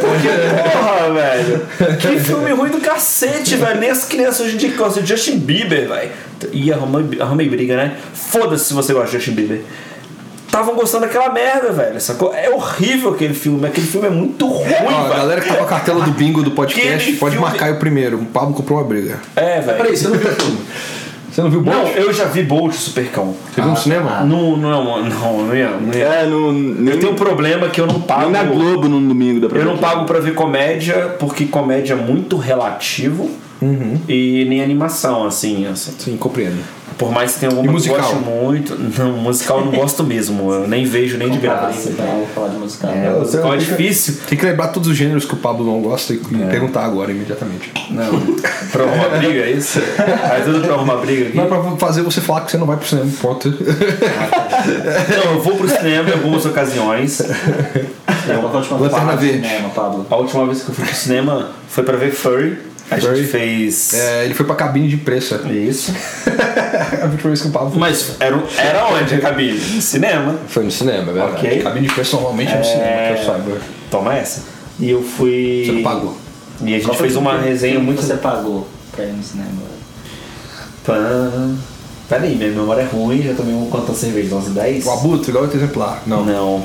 Speaker 1: Porque, né? porra, velho. Que filme ruim do cacete, velho. Nem as crianças hoje em dia que gostam de Justin Bieber, velho. Ih, arrumei, arrumei briga, né? Foda-se se você gosta de Justin Bieber. Estavam gostando daquela merda, velho. Sacou? É horrível aquele filme. Aquele filme é muito ruim,
Speaker 2: Ó, a
Speaker 1: velho.
Speaker 2: galera que tá com a cartela do bingo do podcast
Speaker 1: Aquele
Speaker 2: pode
Speaker 1: filme-
Speaker 2: marcar aí o primeiro. O Pablo comprou uma briga.
Speaker 1: É, velho.
Speaker 3: Peraí, você não viu o filme?
Speaker 2: Você não viu o Bolt?
Speaker 1: Não, eu já vi Bolt Supercão. Ah.
Speaker 2: Você viu no cinema?
Speaker 1: Não, não, não, não ia. Não ia.
Speaker 6: É, no, nem,
Speaker 1: Eu tenho um problema que eu não pago.
Speaker 6: nem na Globo no domingo da
Speaker 1: Eu não pago pra ver comédia, porque comédia é muito relativo.
Speaker 2: Uhum.
Speaker 1: E nem animação, assim, assim.
Speaker 2: Sim, compreendo.
Speaker 1: Por mais que tenha alguma
Speaker 2: E
Speaker 1: que eu goste
Speaker 2: musical?
Speaker 1: muito. Não, musical eu não gosto mesmo. Eu nem vejo nem de graça.
Speaker 7: Então, falar de musical.
Speaker 1: Musical é difícil.
Speaker 2: Tem que lembrar todos os gêneros que o Pablo não gosta e e perguntar agora, imediatamente.
Speaker 1: Pra arrumar briga, é isso? Ajuda pra arrumar briga aqui.
Speaker 2: Não é pra fazer você falar que você não vai pro cinema, ponto.
Speaker 1: Não, eu vou pro cinema em algumas ocasiões.
Speaker 7: É, qual que é a última
Speaker 2: Lanterna
Speaker 7: parte do
Speaker 2: Verde.
Speaker 7: cinema, Pablo?
Speaker 1: A última vez que eu fui pro cinema foi pra ver Furry. A
Speaker 2: Barry.
Speaker 1: gente fez.
Speaker 2: É, ele foi pra cabine de imprensa.
Speaker 1: Isso.
Speaker 2: É a última vez que o Pablo foi.
Speaker 1: Mas era, era onde a cabine? Cinema.
Speaker 2: Foi no cinema, é verdade.
Speaker 1: Ok.
Speaker 2: Cabine de imprensa normalmente é no cinema, que eu saiba.
Speaker 1: Toma essa. E eu fui.
Speaker 2: Você não pagou.
Speaker 1: E a gente fez uma resenha muito.
Speaker 7: Você pagou pra ir no cinema.
Speaker 1: Pã. Peraí, minha memória é ruim, já tomei um quantas cervejas? 11 10?
Speaker 2: O Abutre, igual o exemplar. Não.
Speaker 1: Não.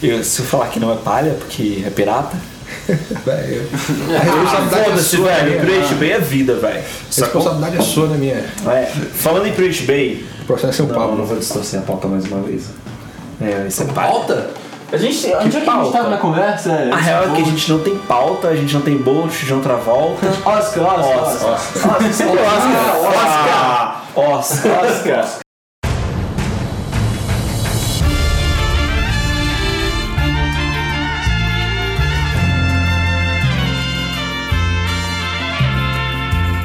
Speaker 1: Eu, se eu falar que não é palha, porque é pirata.
Speaker 2: Velho, é
Speaker 1: Ah, foda-se, velho. Pirate Bay é vida, velho.
Speaker 2: A né, responsabilidade é sua, né, minha?
Speaker 1: É, falando em Pirate Bay.
Speaker 2: O processo é o
Speaker 1: Não, não
Speaker 2: Pablo.
Speaker 1: vou distorcer a pauta mais uma vez. É, isso é palha.
Speaker 6: A gente, onde é que a gente
Speaker 1: pauta?
Speaker 6: tava na conversa?
Speaker 1: A real é que a gente não tem pauta, a gente não tem Bolt, John Travolta.
Speaker 6: Oscar, Oscar, Oscar.
Speaker 1: Oscar! Oscar!
Speaker 6: Oscar.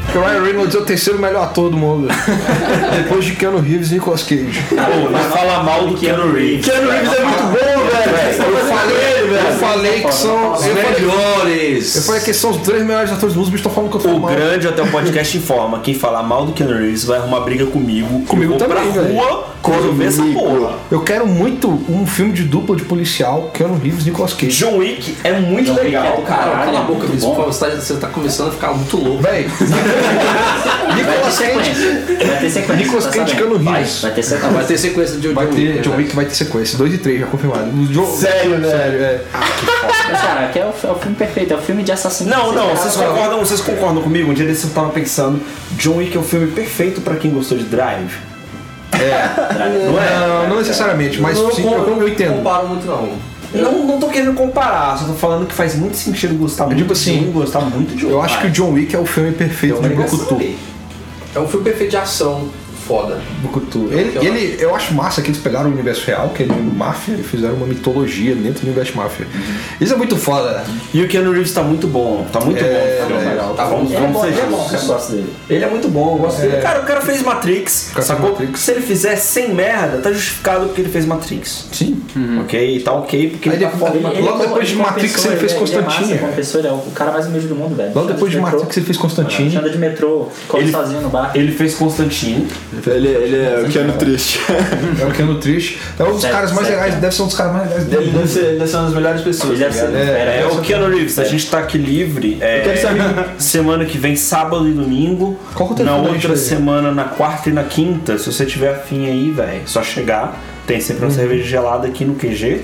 Speaker 2: Porque o Ryan Reynolds é o terceiro melhor ator do mundo. Depois de Keanu Reeves e Nicolas Cage.
Speaker 1: Pô, não fala mal do Keanu Reeves. Keanu Reeves é muito bom, velho. Eu falei,
Speaker 2: Eu falei que são. Eu falei,
Speaker 3: Melhores!
Speaker 2: eu falei que são os três melhores atores do mundo, os bichos estão falando que eu um tô
Speaker 1: O
Speaker 2: mal.
Speaker 1: grande até o podcast informa. Quem falar mal do Keanu Reeves vai arrumar briga comigo.
Speaker 2: Comigo
Speaker 1: eu vou
Speaker 2: também,
Speaker 1: pra
Speaker 2: velho.
Speaker 1: rua quando vê essa porra.
Speaker 2: Eu quero muito um filme de dupla de policial, Keanu Reeves e Nicolas Cage.
Speaker 1: John Wick é muito legal,
Speaker 3: Cara,
Speaker 1: cara.
Speaker 3: cala a boca, Vinícius, por favor, você tá, você tá começando a ficar muito louco.
Speaker 2: Véi, Nicolas Cage.
Speaker 7: Vai ter sequência.
Speaker 2: Nicolas
Speaker 7: tá
Speaker 2: Cage e
Speaker 7: sabendo.
Speaker 2: Keanu
Speaker 7: Vai,
Speaker 2: Reeves.
Speaker 7: vai ter
Speaker 3: Ah, vai
Speaker 7: sequência.
Speaker 3: ter sequência de
Speaker 2: Vai
Speaker 3: John
Speaker 2: ter,
Speaker 3: Wick,
Speaker 2: John
Speaker 3: né?
Speaker 2: Wick vai ter sequência. 2 e 3, já confirmado. O John-
Speaker 1: Sério,
Speaker 2: Sério, é.
Speaker 7: Mas, cara, aqui é o, é o filme perfeito, é o filme de assassino.
Speaker 1: Não, não, vocês
Speaker 7: Cara,
Speaker 1: concordam, vocês concordam comigo? Um dia desse eu tava pensando, John Wick é o filme perfeito pra quem gostou de Drive. É, não é?
Speaker 2: Não, não necessariamente, mas sim, eu, eu entendo.
Speaker 3: comparo muito, não.
Speaker 1: Não, não tô querendo comparar, só tô falando que faz muito sentido gostar muito
Speaker 2: digo assim,
Speaker 1: de um, gostar muito de outro.
Speaker 2: Eu acho que o John Wick é o filme perfeito de Brucutu.
Speaker 3: É um filme perfeito de ação. Foda.
Speaker 2: Brucutu. Ele, ele, eu acho massa que eles pegaram o universo real, que é de máfia, e fizeram uma mitologia dentro do universo máfia. Isso é muito foda, né?
Speaker 1: E o Keanu Reeves tá muito bom, tá muito
Speaker 2: É,
Speaker 1: bom. Tá
Speaker 2: é,
Speaker 1: bom, tá bom.
Speaker 7: Ele é
Speaker 1: Vamos
Speaker 7: bom,
Speaker 1: ser
Speaker 7: ele é bom,
Speaker 1: justos.
Speaker 7: cara, eu gosto dele.
Speaker 1: Ele é muito bom, eu gosto dele. Cara, o cara fez Matrix,
Speaker 2: cara fez
Speaker 1: sacou?
Speaker 2: Matrix.
Speaker 1: Se ele fizer sem merda, tá justificado porque ele fez Matrix.
Speaker 2: Sim.
Speaker 1: Ok? Tá ok porque
Speaker 2: Aí
Speaker 1: ele tá
Speaker 2: depois-
Speaker 1: foda.
Speaker 2: Logo
Speaker 7: é
Speaker 2: depois de
Speaker 7: como- é
Speaker 2: Matrix,
Speaker 7: pessoa,
Speaker 2: ele né? fez
Speaker 7: é- é massa
Speaker 2: Constantine.
Speaker 7: como pessoa, Ele é o cara mais humilde do mundo, velho.
Speaker 2: Logo
Speaker 7: Anda
Speaker 2: depois de
Speaker 7: metrô,
Speaker 2: Matrix, ele fez Constantine.
Speaker 7: Anda de metrô, come sozinho no bar.
Speaker 1: Ele fez Constantine.
Speaker 6: Ele, ele é o Keanu Triste.
Speaker 2: É o Keanu Triste. É um dos
Speaker 7: Sério,
Speaker 2: caras mais
Speaker 7: sério,
Speaker 2: legais,
Speaker 7: cara.
Speaker 2: deve ser um dos caras mais legais
Speaker 6: Ele
Speaker 2: dele.
Speaker 6: deve ser, ele deve ser uma das melhores pessoas.
Speaker 7: Ele deve
Speaker 6: tá
Speaker 7: ser. um né?
Speaker 6: ligado?
Speaker 7: Pera,
Speaker 1: É, o Keanu Reeves, a gente tá aqui livre. É,
Speaker 6: quero
Speaker 1: semana que vem, sábado e domingo.
Speaker 2: Qual que é o
Speaker 1: na
Speaker 2: telefone da gente
Speaker 1: outra
Speaker 2: daí?
Speaker 1: semana, na quarta e na quinta, se você tiver afim aí, velho, só chegar. Tem sempre
Speaker 2: Uhum.
Speaker 1: uma cerveja gelada aqui no QG.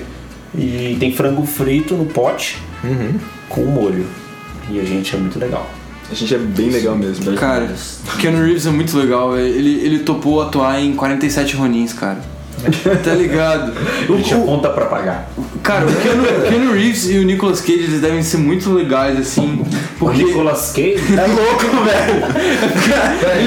Speaker 1: E tem frango frito no pote
Speaker 2: Uhum.
Speaker 1: com molho. E a gente é muito legal.
Speaker 6: A gente é bem legal mesmo.
Speaker 4: Cara, Keanu Reeves é muito legal, velho. Ele, ele topou atuar em 47 Ronins, cara. Tá ligado?
Speaker 1: A gente é conta pra pagar.
Speaker 4: Cara, o Keanu, o Keanu Reeves e o Nicolas Cage, eles devem ser muito legais, assim. Porque
Speaker 1: Nicolas Cage?
Speaker 4: eles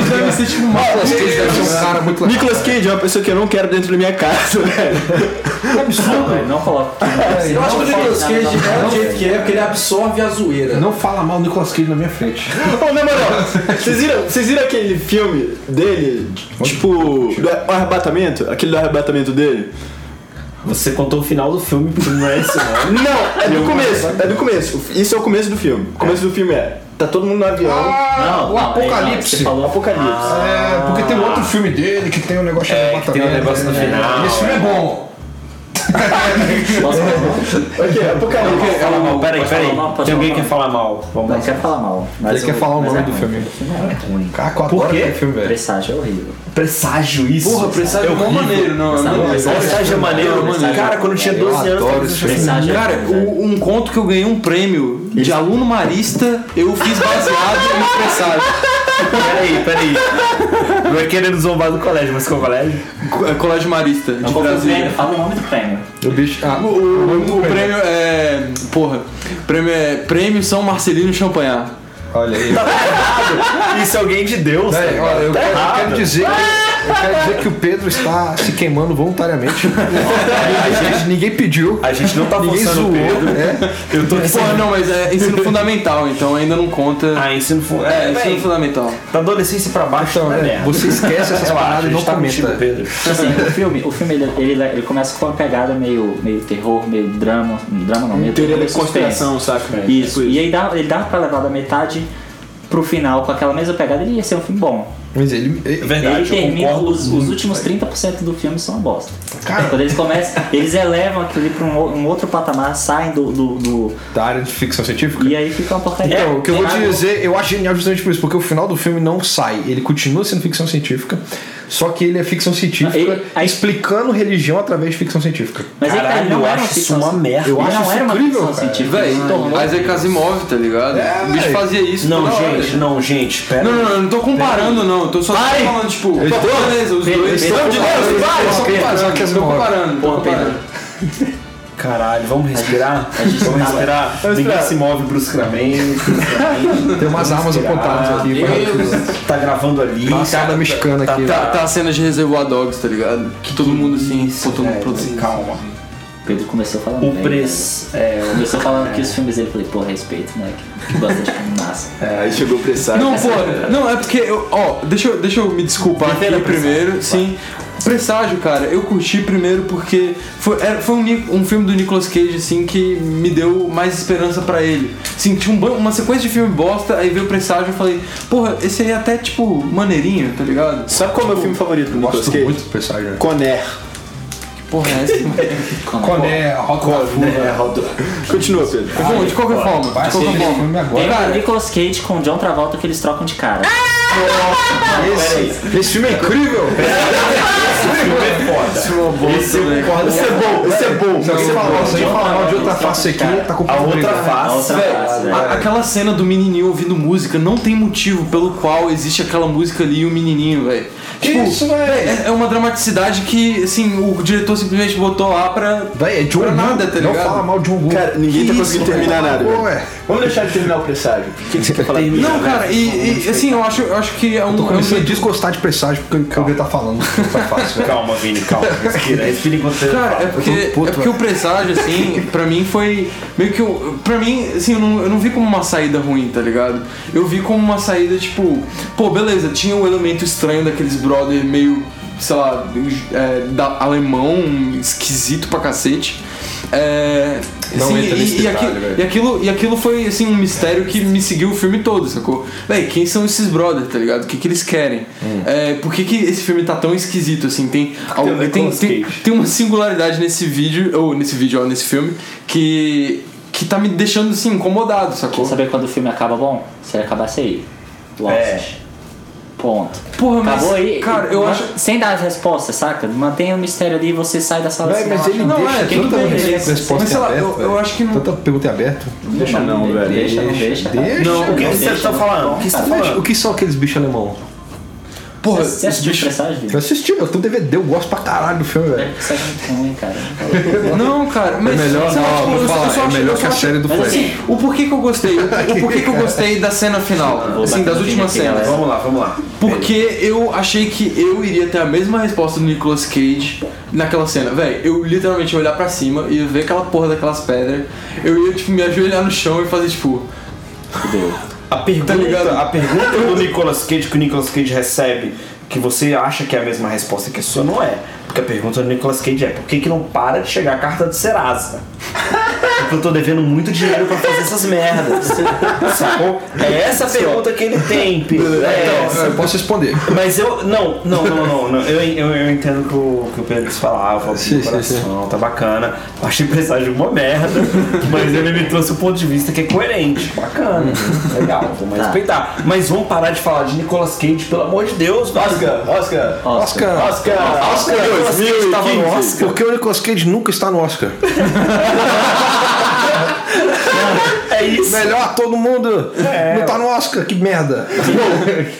Speaker 4: devem ser tipo uma.
Speaker 2: Nicolas Cage deve ser um cara muito legal.
Speaker 6: Nicolas Cage é uma pessoa que eu não quero dentro da minha casa, velho.
Speaker 7: Velho, Não coloca.
Speaker 3: Eu acho que o Nicolas Cage
Speaker 7: Não, não,
Speaker 3: é
Speaker 7: não,
Speaker 3: do jeito que é, porque ele absorve a zoeira.
Speaker 2: Não fala mal do Nicolas Cage na minha frente.
Speaker 6: Ô, na moral, vocês viram, vocês viram aquele filme dele? Tipo, do arrebatamento? Aquele do arrebatamento dele?
Speaker 1: Você contou o final do filme, porque não é esse não.
Speaker 6: Não, é do começo, é do começo. Isso é o começo do filme. O começo do filme é: tá todo mundo no avião.
Speaker 7: Não,
Speaker 2: Ah, o
Speaker 7: não, peraí, não,
Speaker 2: Apocalipse.
Speaker 7: Você falou
Speaker 6: Apocalipse.
Speaker 2: É, porque tem um outro filme dele que tem um negócio de
Speaker 1: que tem um negócio no
Speaker 2: né?
Speaker 1: final,
Speaker 2: E Esse filme é bom.
Speaker 6: Ok, Apocalipse.
Speaker 1: Fala mal, peraí,
Speaker 7: Pode
Speaker 1: peraí.
Speaker 7: falar mal, pode
Speaker 1: Tem alguém que
Speaker 7: falar
Speaker 1: quer falar mal. Vamos
Speaker 7: Não
Speaker 1: lá.
Speaker 7: quer falar mal. mas
Speaker 2: Ele quer
Speaker 7: o-
Speaker 2: falar o
Speaker 7: mas
Speaker 2: nome
Speaker 7: é
Speaker 2: do
Speaker 7: ruim.
Speaker 2: filme.
Speaker 7: O filme é ruim.
Speaker 2: Caraca, eu
Speaker 1: Por
Speaker 2: adoro
Speaker 1: quê?
Speaker 2: aquele filme, velho.
Speaker 7: Presságio é horrível.
Speaker 1: Presságio, isso.
Speaker 4: Porra, precisava de
Speaker 1: É
Speaker 4: um
Speaker 1: horrível.
Speaker 4: maneiro, não. é
Speaker 7: Sabe,
Speaker 4: maneiro.
Speaker 7: mas-
Speaker 1: Presságio é maneiro.
Speaker 7: Presságio é
Speaker 1: Cara, quando eu tinha 12 anos,
Speaker 2: adoro
Speaker 1: eu
Speaker 2: esse
Speaker 1: assistia
Speaker 7: Presságio é
Speaker 4: Cara,
Speaker 7: horrível.
Speaker 4: o- um conto que eu ganhei um prêmio de aluno marista, eu fiz baseado em presságio.
Speaker 1: Peraí, peraí. Não é querendo zombar do colégio, mas qual colégio?
Speaker 4: Co- é, Colégio marista de
Speaker 7: Não vou fazer o
Speaker 4: Brasília.
Speaker 7: Tá prêmio, fala o nome do prêmio.
Speaker 2: O bicho. Ah,
Speaker 4: O, o- o Tá prêmio é. Porra. Prêmio é. Prêmio São Marcelino Champagnat.
Speaker 2: Olha aí.
Speaker 1: Isso é alguém de Deus.
Speaker 2: Tá
Speaker 1: tá
Speaker 2: Velho, olha, eu, quero, eu quero dizer que Eu quero dizer que o Pedro está se queimando voluntariamente. Ninguém- Ninguém pediu.
Speaker 1: A gente não tá
Speaker 2: Ninguém
Speaker 1: forçando
Speaker 2: zoou,
Speaker 1: o Pedro.
Speaker 2: né?
Speaker 1: Eu tô
Speaker 4: Pô, não, mas é ensino fundamental, então ainda não conta.
Speaker 1: Ah, ensino fu-
Speaker 4: É,
Speaker 1: É,
Speaker 4: ensino
Speaker 1: bem,
Speaker 4: fundamental.
Speaker 1: da adolescência pra baixo
Speaker 2: Então,
Speaker 1: tá
Speaker 2: é,
Speaker 1: merda.
Speaker 2: você esquece essas
Speaker 1: Relaxa,
Speaker 2: paradas e
Speaker 1: a
Speaker 2: não
Speaker 1: gente tá
Speaker 2: comenta.
Speaker 1: contigo, Pedro.
Speaker 7: Assim, o filme, o filme ele, ele, ele começa com uma pegada meio, meio terror, meio drama. um Drama não, meio
Speaker 6: Teoria
Speaker 7: terror,
Speaker 6: da
Speaker 7: é suspense.
Speaker 6: É conspiração,
Speaker 2: né?
Speaker 6: saca?
Speaker 7: Isso.
Speaker 6: Tipo
Speaker 7: E aí dá, ele dá pra levar da metade pro final com aquela mesma pegada, ele ia ser um filme bom.
Speaker 2: Mas ele, ele-
Speaker 1: Verdade,
Speaker 7: ele
Speaker 1: eu
Speaker 7: termina,
Speaker 1: concordo
Speaker 7: os, os últimos 30% do filme são uma bosta.
Speaker 2: Cara.
Speaker 7: Quando eles começam, eles elevam aquilo ali pra um, o- um outro patamar, saem do, do, do-
Speaker 2: da área de ficção científica.
Speaker 7: E aí fica uma
Speaker 1: É,
Speaker 7: porcaria.
Speaker 2: Então, o que eu vou te
Speaker 7: Errado.
Speaker 2: dizer, eu acho genial justamente por isso, porque o final do filme não sai, ele continua sendo ficção científica, só que ele é ficção científica
Speaker 7: Ele- aí-
Speaker 2: explicando religião através de ficção científica.
Speaker 7: Mas aí, cara, ele
Speaker 1: Caralho,
Speaker 7: não
Speaker 1: eu
Speaker 7: era uma
Speaker 1: acho isso
Speaker 7: ficção
Speaker 1: uma merda. então,
Speaker 2: Eu
Speaker 7: Ele
Speaker 2: acho
Speaker 7: não
Speaker 2: isso
Speaker 7: era uma
Speaker 2: incrível,
Speaker 7: ficção
Speaker 2: cara.
Speaker 7: científica.
Speaker 4: Véi, então, Isaac Asimov, tá ligado? o bicho
Speaker 2: véi.
Speaker 4: fazia isso.
Speaker 1: Não,
Speaker 4: toda hora.
Speaker 1: gente, não, gente, pera.
Speaker 4: Não, não, não, eu não tô comparando, não. Eu tô só
Speaker 2: Vai!
Speaker 4: falando, tipo,
Speaker 2: Eu estou-
Speaker 4: beleza, os
Speaker 7: Pedro,
Speaker 4: dois.
Speaker 7: Pedro,
Speaker 4: Pelo amor de Deus,
Speaker 2: Pedro,
Speaker 4: vai!
Speaker 2: Pedro,
Speaker 4: Só
Speaker 2: Pedro,
Speaker 4: comparando,
Speaker 2: Isaac
Speaker 4: tô
Speaker 2: Asimov.
Speaker 4: comparando, tô
Speaker 7: Porra, Pedro.
Speaker 4: comparando.
Speaker 1: Caralho, vamos respirar?
Speaker 7: gente
Speaker 1: vamos
Speaker 7: tá-
Speaker 1: respirar. Ninguém se move bruscamente.
Speaker 2: Tem umas armas apontadas aqui.
Speaker 1: tá gravando ali.
Speaker 2: Passada mexicana
Speaker 1: tá-
Speaker 2: aqui.
Speaker 4: Tá, tá a cena de Reservoir Dogs, tá ligado? Que todo mundo assim, pô, todo mundo
Speaker 1: É,
Speaker 4: produzindo.
Speaker 1: calma.
Speaker 7: Pedro começou falando
Speaker 1: O
Speaker 7: bem,
Speaker 1: preço. É,
Speaker 7: né? Começou falando que os filmes dele, eu falei, pô, respeito, né? Que, que gosta de filme massa.
Speaker 6: Aí chegou o pressar.
Speaker 4: Não, pô, não, é porque eu, ó, deixa eu, deixa eu me desculpar aqui primeiro, sim. Presságio, cara, eu curti primeiro porque foi, era- foi um, Ni- um filme do Nicolas Cage, assim, que me deu mais esperança pra ele. Sim, tinha um ban- uma sequência de filme bosta, aí veio o Presságio e falei, porra, esse aí é até, tipo, maneirinho, tá ligado?
Speaker 6: Sabe qual é o meu filme favorito do Nicolas
Speaker 2: Gosto
Speaker 6: Cage?
Speaker 2: muito do personagem. né?
Speaker 6: Conair.
Speaker 4: Porra, é esse.
Speaker 2: Coné, é Rock
Speaker 6: Continua, Pedro.
Speaker 4: Bom, de qualquer forma, de qualquer forma.
Speaker 7: Tem
Speaker 2: agora.
Speaker 7: o Nicolas Cage com o John Travolta que eles trocam de cara.
Speaker 2: Esse, esse filme é incrível!
Speaker 1: é
Speaker 4: é
Speaker 1: Esse eu concordo.
Speaker 6: Isso é bom, isso é bom.
Speaker 2: Se alguém falar, se alguém falar mal de outra face aqui, tá com
Speaker 1: A outra
Speaker 2: problema.
Speaker 7: A
Speaker 1: face.
Speaker 7: outra
Speaker 4: Véi,
Speaker 7: face,
Speaker 2: É.
Speaker 7: né?
Speaker 4: a- aquela cena do menininho ouvindo música não tem motivo pelo qual existe aquela música ali e o menininho, velho. Tipo,
Speaker 2: Isso, véi.
Speaker 4: é, é uma dramaticidade que, assim, o diretor simplesmente botou lá pra.
Speaker 2: Véi, é John
Speaker 4: pra
Speaker 2: Woo.
Speaker 4: nada, tá
Speaker 2: Não
Speaker 4: ligado?
Speaker 2: fala mal de John Woo.
Speaker 6: Cara, ninguém tá conseguindo terminar nada.
Speaker 2: Pô,
Speaker 6: velho.
Speaker 2: ué.
Speaker 6: Vamos deixar de terminar o presságio. O que que você quer falar?
Speaker 4: Não, cara, e, e, assim, eu acho, eu acho que é um.
Speaker 2: Tô
Speaker 4: é um-
Speaker 2: começando a desgostar de presságio porque o que alguém tá falando. Tá fácil, velho.
Speaker 1: Calma, Vini, calma. Respira, respira enquanto você.
Speaker 4: Cara, é
Speaker 1: fala.
Speaker 4: porque,
Speaker 2: um puto, né?
Speaker 4: é porque o presságio, assim, pra mim foi meio que. um- Pra mim, assim, eu não, eu não vi como uma saída ruim, tá ligado? Eu vi como uma saída, tipo, pô, beleza, tinha um elemento estranho daqueles brother meio, sei lá, é, da- alemão, esquisito pra cacete. É,
Speaker 2: Não
Speaker 4: assim,
Speaker 2: entra
Speaker 4: e-
Speaker 2: nesse
Speaker 4: e,
Speaker 2: detalhe, né?
Speaker 4: aqui-
Speaker 2: velho.
Speaker 4: e aquilo, e aquilo foi assim um mistério que me seguiu o filme todo, sacou? Véi, quem são esses brothers, tá ligado? O que, que eles querem?
Speaker 7: Hum.
Speaker 4: É, por que, que esse filme tá tão esquisito, assim? Tem,
Speaker 7: um
Speaker 4: algo-
Speaker 1: Nicolas
Speaker 4: tem, tem,
Speaker 1: Cage.
Speaker 4: tem uma singularidade nesse vídeo, ou nesse vídeo, ó, nesse filme, que. que tá me deixando assim, incomodado, sacou?
Speaker 7: Quer saber quando o filme acaba bom? Se ele acabasse aí. Lost.
Speaker 1: É.
Speaker 7: Ponto.
Speaker 4: Porra, mas.
Speaker 7: Acabou aí.
Speaker 4: Cara, eu
Speaker 7: Ma-
Speaker 4: acho.
Speaker 7: Sem dar as respostas, saca? Mantenha o mistério ali e você sai da sala
Speaker 2: Véi,
Speaker 7: assim,
Speaker 2: mas
Speaker 7: relaxa.
Speaker 2: ele
Speaker 4: Não,
Speaker 2: deixa
Speaker 4: é, tudo
Speaker 2: tanta
Speaker 4: bem,
Speaker 7: beleza.
Speaker 2: resposta
Speaker 4: Mas sei lá,
Speaker 2: em aberto,
Speaker 4: eu- eu
Speaker 2: velho.
Speaker 4: acho que não-
Speaker 2: Tanta pergunta em aberto.
Speaker 6: Deixa não, velho.
Speaker 7: Deixa, não deixa. cara.
Speaker 2: Deixa.
Speaker 1: o que você tá falando? O que você tá
Speaker 2: Mas o
Speaker 1: falando?
Speaker 2: que são aqueles bichos alemão?
Speaker 4: Porra,
Speaker 7: Você assistiu
Speaker 4: bicho-
Speaker 7: Presságio?
Speaker 2: Eu
Speaker 7: Vitor?
Speaker 2: assisti, um eu tenho DVD, eu gosto pra caralho do filme, velho.
Speaker 7: Presságio é muito ruim, cara.
Speaker 4: Não, cara, mas.
Speaker 2: É
Speaker 4: sei lá, tipo, eu só- eu só acho- eu só acho-
Speaker 2: do
Speaker 7: Mas assim,
Speaker 4: O porquê que eu gostei? O, o porquê que eu gostei da cena final? Assim, das últimas cenas.
Speaker 1: Vamos lá, vamos lá.
Speaker 4: Porque eu achei que eu iria ter a mesma resposta do Nicolas Cage naquela cena. Véi, eu literalmente ia olhar pra cima e ver aquela porra daquelas pedras. Eu ia, tipo, me ajoelhar no chão e fazer, tipo.
Speaker 1: A pergunta,
Speaker 4: ligado?
Speaker 1: a pergunta do Nicolas Cage que o Nicolas Cage recebe, que você acha que é a mesma resposta que a sua, não é. Porque a pergunta do Nicolas Cage é: por que, que não para de chegar a carta do Serasa? Porque eu tô devendo muito dinheiro pra fazer essas merdas. Sacou? É essa a pergunta que ele tem, Pedro. É essa.
Speaker 2: Eu posso responder.
Speaker 1: Mas eu. Não, não, não, não. não. Eu, eu, eu entendo que o que o Pedro quis falar, eu falo
Speaker 2: Sim,
Speaker 1: do
Speaker 2: sim,
Speaker 1: coração, tá bacana. Achei presságio uma merda, mas ele me trouxe um ponto de vista que é coerente. Bacana,
Speaker 2: Uhum.
Speaker 1: legal, vamos
Speaker 2: Tá.
Speaker 1: respeitar. Mas vamos parar de falar de Nicolas Cage, pelo amor de Deus,
Speaker 6: Oscar, Oscar.
Speaker 2: Oscar.
Speaker 6: Oscar. Oscar.
Speaker 1: Nicolas Cage tava no
Speaker 6: 2015.
Speaker 1: Oscar.
Speaker 2: Porque o Nicolas Cage nunca está no Oscar.
Speaker 1: É isso.
Speaker 2: Melhor todo mundo! Não tá no Oscar, que merda!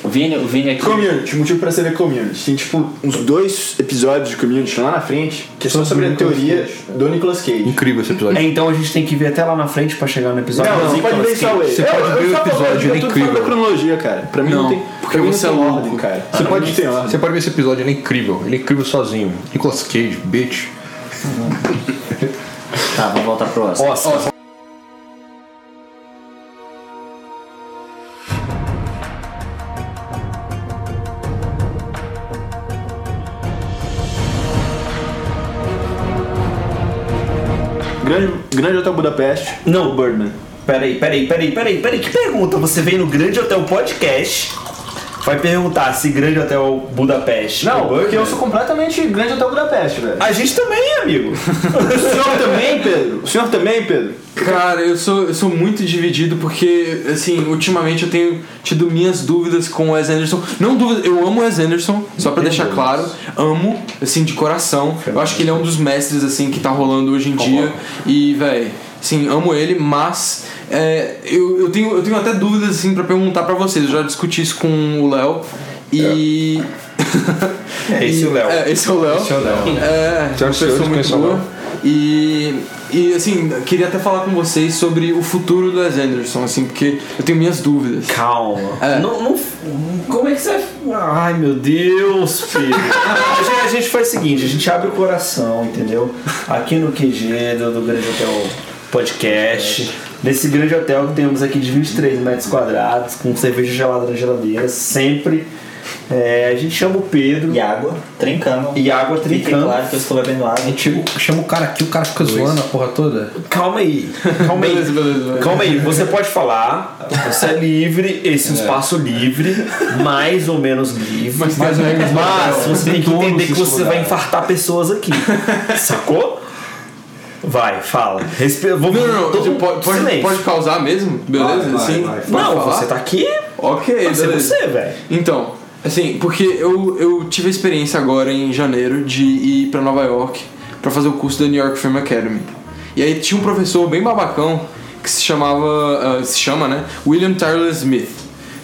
Speaker 10: O Vini, o Vini aqui.
Speaker 6: Community, motivo pra ser é community. Tem tipo uns dois episódios de community lá na frente, que é só sobre a teoria do Nicolas Cage.
Speaker 2: Incrível esse episódio.
Speaker 1: É, então a gente tem que ver até lá na frente pra chegar no episódio.
Speaker 6: Não, você pode ver isso away.
Speaker 2: Você pode ver o episódio, ele é
Speaker 6: Eu tô
Speaker 2: incrível.
Speaker 6: falando da cronologia, cara. Pra mim não,
Speaker 4: Não,
Speaker 6: tem.
Speaker 4: porque
Speaker 6: pra mim
Speaker 4: você
Speaker 6: não tem
Speaker 4: é
Speaker 6: ordem,
Speaker 4: louco.
Speaker 6: cara. Você pode ter ordem.
Speaker 2: Você pode ver esse episódio, ele é incrível. Ele é incrível sozinho. Nicolas Cage, bitch.
Speaker 10: Tá, vamos voltar pro Oscar.
Speaker 6: Grande, grande Hotel Budapeste.
Speaker 1: Não.
Speaker 6: O Birdman.
Speaker 1: Peraí, peraí, peraí, peraí, peraí. Que pergunta? Você vem no Grande Hotel Podcast, vai perguntar se Grande Hotel Budapeste.
Speaker 6: Não,
Speaker 1: é o
Speaker 6: porque eu sou completamente Grande Hotel Budapeste, velho.
Speaker 1: A gente também, amigo.
Speaker 6: O senhor também, Pedro? O senhor também, Pedro?
Speaker 4: Cara, eu sou, eu sou muito dividido porque, assim, ultimamente eu tenho tido minhas dúvidas com o Wes Anderson. Não dúvidas, eu amo o Wes Anderson, só pra deixar claro. Amo, assim, de coração. Eu acho que ele é um dos mestres, assim, que tá rolando hoje em dia. E, véi, sim, amo ele, mas é, eu, eu, tenho, eu tenho até dúvidas, assim, pra perguntar pra vocês. Eu já discuti isso com o Léo e.
Speaker 1: É, esse
Speaker 4: E-
Speaker 1: é o Léo.
Speaker 4: É, esse é o Léo. Esse é o Léo. É,
Speaker 2: Tem
Speaker 4: uma
Speaker 2: um senhor que
Speaker 4: pessoa muito
Speaker 2: conhece o Léo.
Speaker 4: boa. E, e assim, queria até falar com vocês sobre o futuro do Wes Anderson, assim, porque eu tenho minhas dúvidas.
Speaker 1: Calma.
Speaker 4: É.
Speaker 1: Não, não- como é que você. Ai, meu Deus, filho. a, gente, a gente faz o seguinte: a gente abre o coração, entendeu? Aqui no QG do, do Grande Hotel Podcast. Nesse grande hotel que temos aqui de 23 metros quadrados, com cerveja gelada na geladeira, sempre. É, a gente chama o Pedro
Speaker 7: E água, trincando.
Speaker 1: e a água
Speaker 7: Fiquem
Speaker 1: trincando.
Speaker 7: claro que eu estou bebendo água.
Speaker 2: Chega, chama o cara aqui, o cara fica zoando a porra toda.
Speaker 1: Calma aí, calma aí.
Speaker 4: Beleza, beleza, beleza.
Speaker 1: Calma aí, você pode falar, você é livre, esse é um espaço livre, mais ou menos livre. Mas, Ah, você tem que entender que você vai infartar pessoas aqui. Sacou? Vai, fala. Respira. Vou
Speaker 4: Não, não, não.
Speaker 1: todo
Speaker 4: você
Speaker 1: mundo-
Speaker 4: pode, pode,
Speaker 1: silêncio.
Speaker 4: pode causar mesmo? Beleza? assim? Pode
Speaker 1: não,
Speaker 4: falar?
Speaker 1: você tá aqui,
Speaker 4: Ok,
Speaker 1: vai ser
Speaker 4: beleza.
Speaker 1: você, velho.
Speaker 4: Então, assim, porque eu, eu tive a experiência agora em janeiro de ir pra Nova York pra fazer o curso da New York Film Academy. E aí tinha um professor bem babacão que se chamava, ah, se chama, né? William Tyler Smith.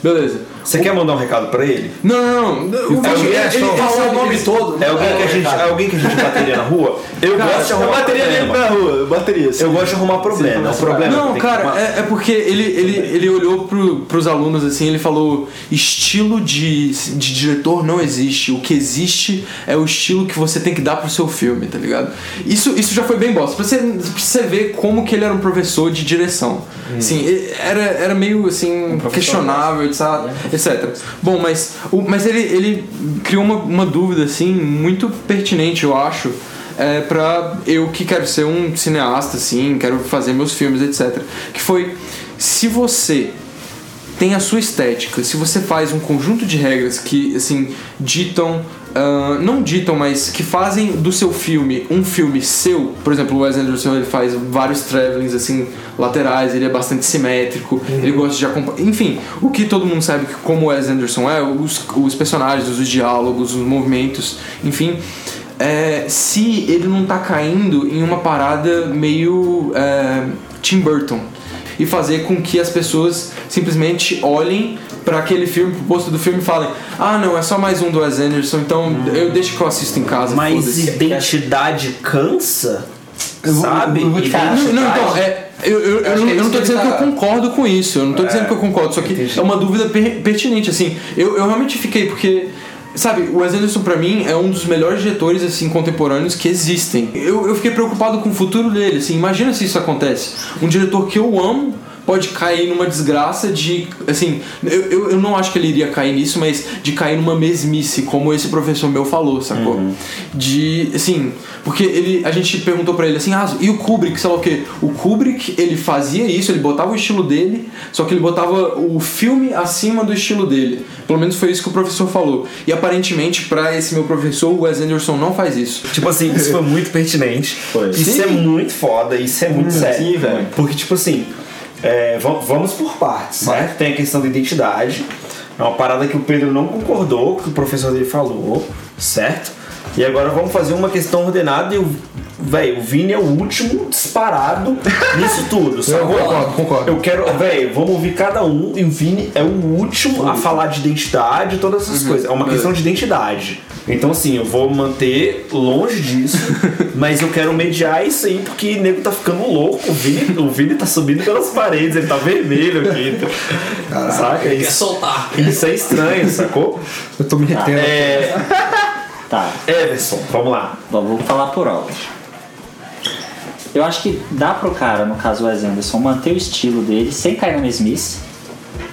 Speaker 4: Beleza.
Speaker 1: Você quer mandar um recado pra ele?
Speaker 4: Não, não, não. O
Speaker 1: Então,
Speaker 4: bicho,
Speaker 1: é
Speaker 4: ele,
Speaker 1: só-
Speaker 4: ele falou o nome todo. né?
Speaker 1: É alguém, que, a gente, é alguém que a gente bateria na rua? Eu gosto de
Speaker 6: Eu
Speaker 1: arrumar
Speaker 6: bateria nele
Speaker 1: problema.
Speaker 6: pra rua, eu bateria. sim.
Speaker 1: Eu gosto de arrumar problema. É um problema. que eu
Speaker 4: né? Não,
Speaker 1: tenho que
Speaker 4: cara,
Speaker 1: arrumar.
Speaker 4: é, é porque ele, ele, ele olhou pro, pros alunos assim, ele falou: estilo de, de diretor não existe. O que existe é o estilo que você tem que dar pro seu filme, tá ligado? Isso, isso já foi bem bosta. Pra você, pra você ver como que ele era um professor de direção. Assim, e- era, era meio assim, questionável, sabe, etc. Bom, mas, o, mas ele, ele criou uma, uma dúvida assim, muito pertinente, eu acho é, pra eu que quero ser um cineasta, assim, quero fazer meus filmes, etc. Que foi, se você tem a sua estética, se você faz um conjunto de regras que, assim, ditam, ah, não ditam, mas que fazem do seu filme um filme seu, por exemplo, o Wes Anderson ele faz vários travelings, assim, laterais, ele é bastante simétrico, ele gosta de acompanhar, enfim, o que todo mundo sabe que como o Wes Anderson é, os, os personagens, os diálogos, os movimentos, enfim, é, se ele não tá caindo em uma parada meio é, Tim Burton e fazer com que as pessoas simplesmente olhem pra aquele filme, pro posto do filme e falem: "Ah, não, é só mais um do Wes Anderson, então eu deixo que eu assisto em casa".
Speaker 1: Mas
Speaker 4: foda-se."
Speaker 1: identidade cansa? Sabe?
Speaker 4: não, não, então, é, eu, eu, eu, não, eu não tô dizendo que tá- eu concordo com isso, eu não tô dizendo que eu concordo, só que é uma dúvida per- pertinente, assim. Eu, eu realmente fiquei, porque, sabe, o Wes Anderson pra mim é um dos melhores diretores, assim, contemporâneos que existem. Eu, eu fiquei preocupado com o futuro dele, assim, imagina se isso acontece. Um diretor que eu amo pode cair numa desgraça de, assim, eu, eu, eu não acho que ele iria cair nisso, mas de cair numa mesmice, como esse professor meu falou, sacou? De, assim, porque ele, a gente perguntou pra ele assim, ah, e o Kubrick, sei lá o quê? O Kubrick, ele fazia isso, ele botava o estilo dele, só que ele botava o filme acima do estilo dele. Pelo menos foi isso que o professor falou. E aparentemente, pra esse meu professor, o Wes Anderson não faz isso.
Speaker 1: Tipo assim, isso foi muito pertinente. Isso
Speaker 4: Sim.
Speaker 1: é muito foda, isso é muito sério.
Speaker 6: sim, velho.
Speaker 1: Porque, tipo assim, é, va- vamos por partes, né? Tem a questão da identidade. É uma parada que o Pedro não concordou, que o professor dele falou, certo? E agora vamos fazer uma questão ordenada e eu velho, o Vini é o último disparado nisso tudo, sabe?
Speaker 2: concordo, concordo.
Speaker 1: Eu quero, velho, vamos ouvir cada um e o Vini é o último a falar de identidade e todas essas coisas. É uma questão de identidade. Então, assim, eu vou manter longe disso, mas eu quero mediar isso aí porque o nego tá ficando louco. O Vini, o Vini tá subindo pelas paredes, ele tá vermelho aqui. então, Saca?
Speaker 3: Quer
Speaker 1: Isso,
Speaker 3: soltar.
Speaker 1: isso é estranho, sacou?
Speaker 2: Eu tô me retendo.
Speaker 1: É.
Speaker 7: Tá,
Speaker 1: Everson, vamos lá.
Speaker 7: Bom, vou falar por horas. Eu acho que dá pro cara, no caso o Wes Anderson, manter o estilo dele sem cair na mesmice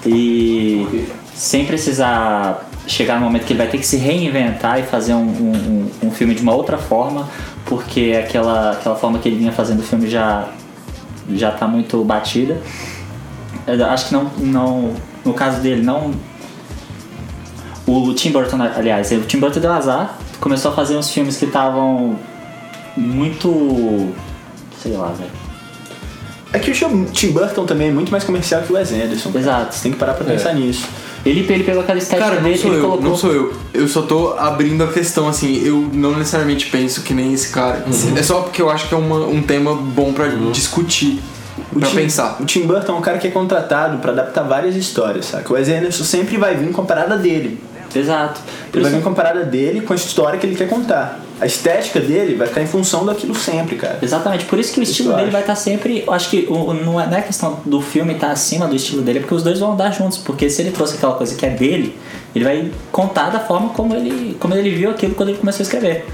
Speaker 7: e sem precisar chegar no momento que ele vai ter que se reinventar e fazer um, um- um- um filme de uma outra forma, porque aquela, aquela forma que ele vinha fazendo o filme já, já tá muito batida. Eu acho que não, não. No caso dele, não o Tim Burton, aliás, o Tim Burton deu azar, começou a fazer uns filmes que estavam muito. sei lá, velho.
Speaker 6: É que o Tim- Tim Burton também é muito mais comercial que o Wes Anderson.
Speaker 7: Exato.
Speaker 6: Você tem que parar pra pensar nisso.
Speaker 7: Ele, ele pegou aquela estética
Speaker 4: Cara, não
Speaker 7: dele,
Speaker 4: sou
Speaker 7: ele
Speaker 4: eu,
Speaker 7: colocou.
Speaker 4: não sou eu. Eu só tô abrindo a questão, assim, eu não necessariamente penso que nem esse cara.
Speaker 7: Uhum.
Speaker 4: É só porque eu acho que é uma- um tema bom pra discutir,
Speaker 6: O
Speaker 4: pra
Speaker 6: Tim-
Speaker 4: pensar.
Speaker 6: O Tim Burton é um cara que é contratado pra adaptar várias histórias, saca? O Wes Anderson sempre vai vir com a parada dele.
Speaker 7: Exato. Por
Speaker 6: Ele vai
Speaker 7: isso,
Speaker 6: vir com a parada dele com a história que ele quer contar. A estética dele vai ficar em função daquilo sempre, cara.
Speaker 7: exatamente, por isso que o estilo
Speaker 6: eu
Speaker 7: dele
Speaker 6: acho.
Speaker 7: vai estar sempre. eu Acho que o- o- não é não é questão do filme estar acima do estilo dele, é porque os dois vão andar juntos. Porque se ele trouxe aquela coisa que é dele, ele vai contar da forma como ele, como ele viu aquilo quando ele começou a escrever.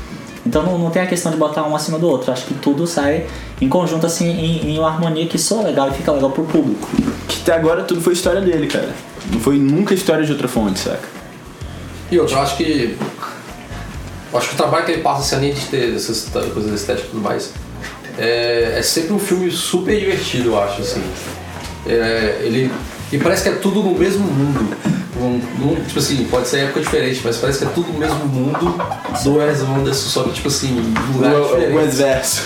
Speaker 7: Então não, não tem a questão de botar um acima do outro. Acho que tudo sai em conjunto, assim, em, em uma harmonia que soa legal e fica legal pro público.
Speaker 6: Que até agora tudo foi história dele, cara. Não foi nunca história de outra fonte, saca?
Speaker 3: E outro, eu acho que. eu acho que o trabalho que ele passa, assim, além de ter essas ta- coisas estéticas e tudo mais, é, é sempre um filme super divertido, eu acho, assim. É, ele. E parece que é tudo no mesmo mundo. Um- num- tipo assim, pode ser época diferente, mas parece que é tudo no mesmo mundo do Wes Anderson, só que tipo assim, em lugares diferentes.
Speaker 6: é O exército.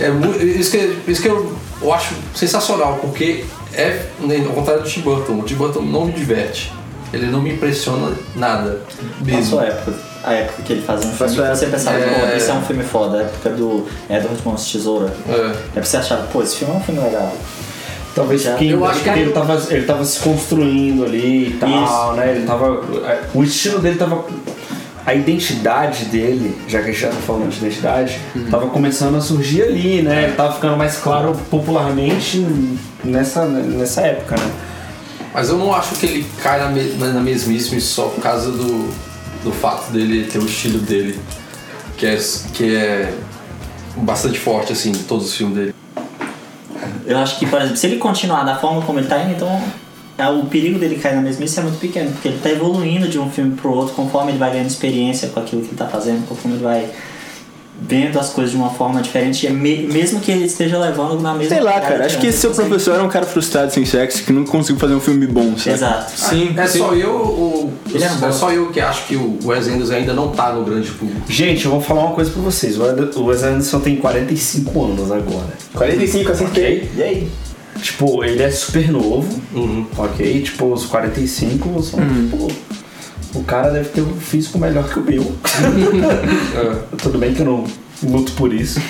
Speaker 3: É mu- isso que, isso que eu, eu acho sensacional, porque é né, ao contrário do Tim Burton. O Tim Burton não me diverte. Ele não me impressiona nada. Mesmo.
Speaker 7: Passou a época, a época que ele fazia um filme
Speaker 6: Passou
Speaker 7: que
Speaker 6: a
Speaker 7: você
Speaker 6: época.
Speaker 7: pensava, pô,
Speaker 3: É.
Speaker 7: esse é um filme foda, a época do Edward Mãos de Tesoura.
Speaker 3: É.
Speaker 7: É pra você achar, pô, esse filme é um filme legal.
Speaker 1: Talvez
Speaker 7: Já.
Speaker 1: quem
Speaker 3: Eu acho que
Speaker 1: ele,
Speaker 3: ele-
Speaker 1: tava, ele tava se construindo ali e tal,
Speaker 7: Isso.
Speaker 1: né? Ele tava. é, O estilo dele tava. A identidade dele, já que a gente já tá falando de identidade,
Speaker 3: Uhum.
Speaker 1: tava começando a surgir ali,
Speaker 3: É.
Speaker 1: né? Ele tava ficando mais claro popularmente nessa, nessa época, né?
Speaker 3: Mas eu não acho que ele cai na, me- na na mesmíssima só por causa do, do fato dele ter o estilo dele, que é, que é bastante forte, assim, em todos os filmes dele.
Speaker 7: Eu acho que, por exemplo, se ele continuar da forma como ele tá indo, então é, o perigo dele cair na mesmice é muito pequeno, porque ele tá evoluindo de um filme pro outro conforme ele vai ganhando experiência com aquilo que ele tá fazendo, conforme ele vai vendo as coisas de uma forma diferente, e é me- mesmo que ele esteja levando na mesma
Speaker 6: Sei lá,
Speaker 7: pegada
Speaker 6: cara.
Speaker 7: de
Speaker 6: Acho que
Speaker 7: antes,
Speaker 6: esse seu
Speaker 7: assim.
Speaker 6: professor era um cara frustrado sem sexo que nunca conseguiu fazer um filme bom, saca?
Speaker 7: Exato.
Speaker 4: Sim,
Speaker 3: É
Speaker 4: sim.
Speaker 3: só eu ou.
Speaker 7: Ele é um
Speaker 3: é
Speaker 7: bom.
Speaker 3: só eu que acho que o Wes Anderson ainda não tá no grande público.
Speaker 1: Gente, eu vou falar uma coisa pra vocês. O Ed- o Wes Anderson tem 45 anos agora.
Speaker 6: 45, acertei. E aí? Uhum.
Speaker 1: Tipo, ele é super novo, ok? Tipo, os 45 são, tipo... O cara deve ter um físico melhor que o meu. Tudo bem que eu não luto por isso.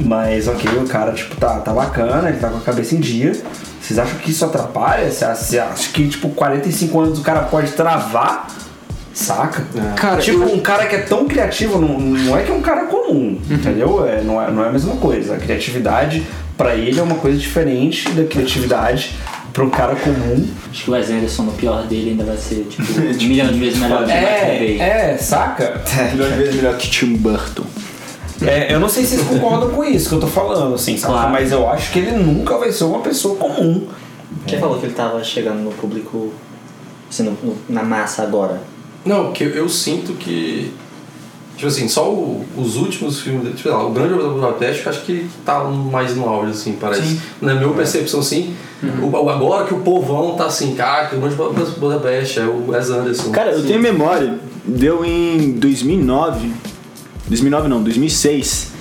Speaker 1: Mas, ok, o cara, tipo, tá, tá bacana, ele tá com a cabeça em dia. Vocês acham que isso atrapalha? Você acha- Você acha que, tipo, 45 anos o cara pode travar? Saca?
Speaker 4: Cara,
Speaker 1: tipo,
Speaker 4: eu- Uhum.
Speaker 1: um cara que é tão criativo, não, não é que é um cara comum, entendeu? É, não, é, não é a mesma coisa. A criatividade, pra ele, é uma coisa diferente da criatividade pra um cara comum.
Speaker 7: Acho que o Wes Anderson, no pior dele, ainda vai ser, tipo, um milhão de vezes melhor do que o Michael Bay.
Speaker 1: é, saca?
Speaker 6: Melhor vezes melhor que Tim Burton.
Speaker 1: É, eu não sei se vocês concordam com isso que eu tô falando, assim, saca?
Speaker 7: Claro.
Speaker 1: Mas eu acho que ele nunca vai ser uma pessoa comum.
Speaker 7: Quem falou que ele tava chegando no público, assim, no- no- na massa agora?
Speaker 3: Não, porque eu sinto que. Tipo assim, só o- os últimos filmes dele, tipo, sei lá, o Grande Hotel Budapeste, eu acho que tá mais no auge, assim, parece. Na minha percepção, assim, o- o- agora que o povão tá assim, cara, que o Grande Hotel Budapeste é o Wes Anderson.
Speaker 6: Cara, eu
Speaker 1: assim?
Speaker 3: Sim.
Speaker 6: tenho memória. Deu em 2009. 2009 não, 2006.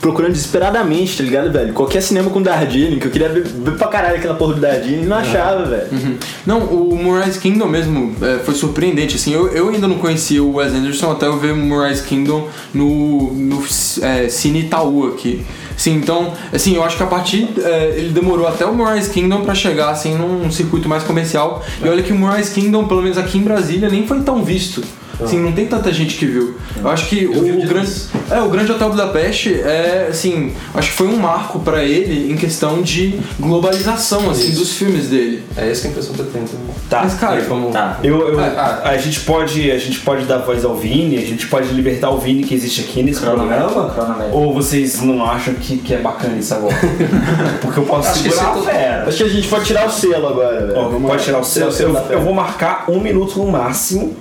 Speaker 6: procurando desesperadamente, tá ligado, velho? Qualquer cinema com Dardini, que eu queria ver ver pra caralho aquela porra do Dardini e não achava, velho.
Speaker 4: Uhum. Não, o Moonrise Kingdom mesmo é, foi surpreendente, assim, eu, eu ainda não conhecia o Wes Anderson até eu ver o Moonrise Kingdom no, no é, Cine Itaú aqui. Sim, então, assim, eu acho que a partir. é, ele demorou até o Moonrise Kingdom pra chegar, assim, num circuito mais comercial. E olha que o Moonrise Kingdom, pelo menos aqui em Brasília, nem foi tão visto. Assim, não tem tanta gente que viu. Eu acho que o, grande, é, o Grande Hotel Budapeste é, assim, acho que foi um marco pra ele em questão de globalização, assim, dos filmes dele.
Speaker 3: É essa a impressão que eu tenho também.
Speaker 1: Tá.
Speaker 4: Mas, cara, é, vamos...
Speaker 1: Eu, eu- a gente pode, a gente pode dar voz ao Vini, a gente pode libertar o Vini que existe aqui nesse programa. Ou vocês não acham que, que é bacana isso agora? Porque eu posso
Speaker 6: Acho que
Speaker 1: segurar
Speaker 6: esse-
Speaker 1: a fera.
Speaker 6: acho que a gente pode tirar o selo agora,
Speaker 2: É,
Speaker 6: velho.
Speaker 1: É, Ó,
Speaker 6: Vamos
Speaker 1: pode
Speaker 6: lá.
Speaker 1: tirar
Speaker 2: um
Speaker 1: o selo.
Speaker 6: Tirar o selo da
Speaker 1: Eu,
Speaker 6: fera.
Speaker 1: eu vou marcar um minuto no máximo.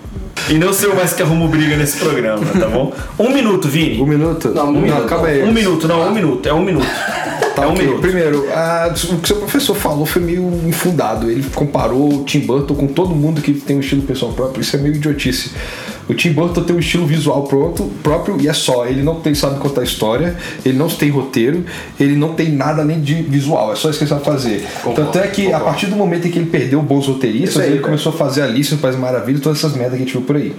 Speaker 1: E não sei mais que arrumo briga nesse programa, tá bom? Um minuto, Vini. Um
Speaker 2: minuto?
Speaker 1: Não, um
Speaker 2: Não,
Speaker 1: minuto.
Speaker 2: calma aí.
Speaker 1: Um minuto, não, um minuto. É um minuto. é um
Speaker 2: Tá Ok,
Speaker 1: minuto.
Speaker 2: Primeiro, a- o que seu professor falou foi meio infundado. Ele comparou o Tim Burton com todo mundo que tem um estilo pessoal próprio. Isso é meio idiotice. O Tim Burton tem um estilo visual pronto, próprio e é só. Ele não tem, sabe contar história, ele não tem roteiro, ele não tem nada além de visual. É só isso que ele sabe fazer. Tanto é que a partir do momento em que ele perdeu bons roteiristas,
Speaker 6: Isso aí,
Speaker 1: né?
Speaker 2: ele
Speaker 6: cara.
Speaker 2: começou a fazer Alice no País Maravilha e todas essas merdas que a gente viu por aí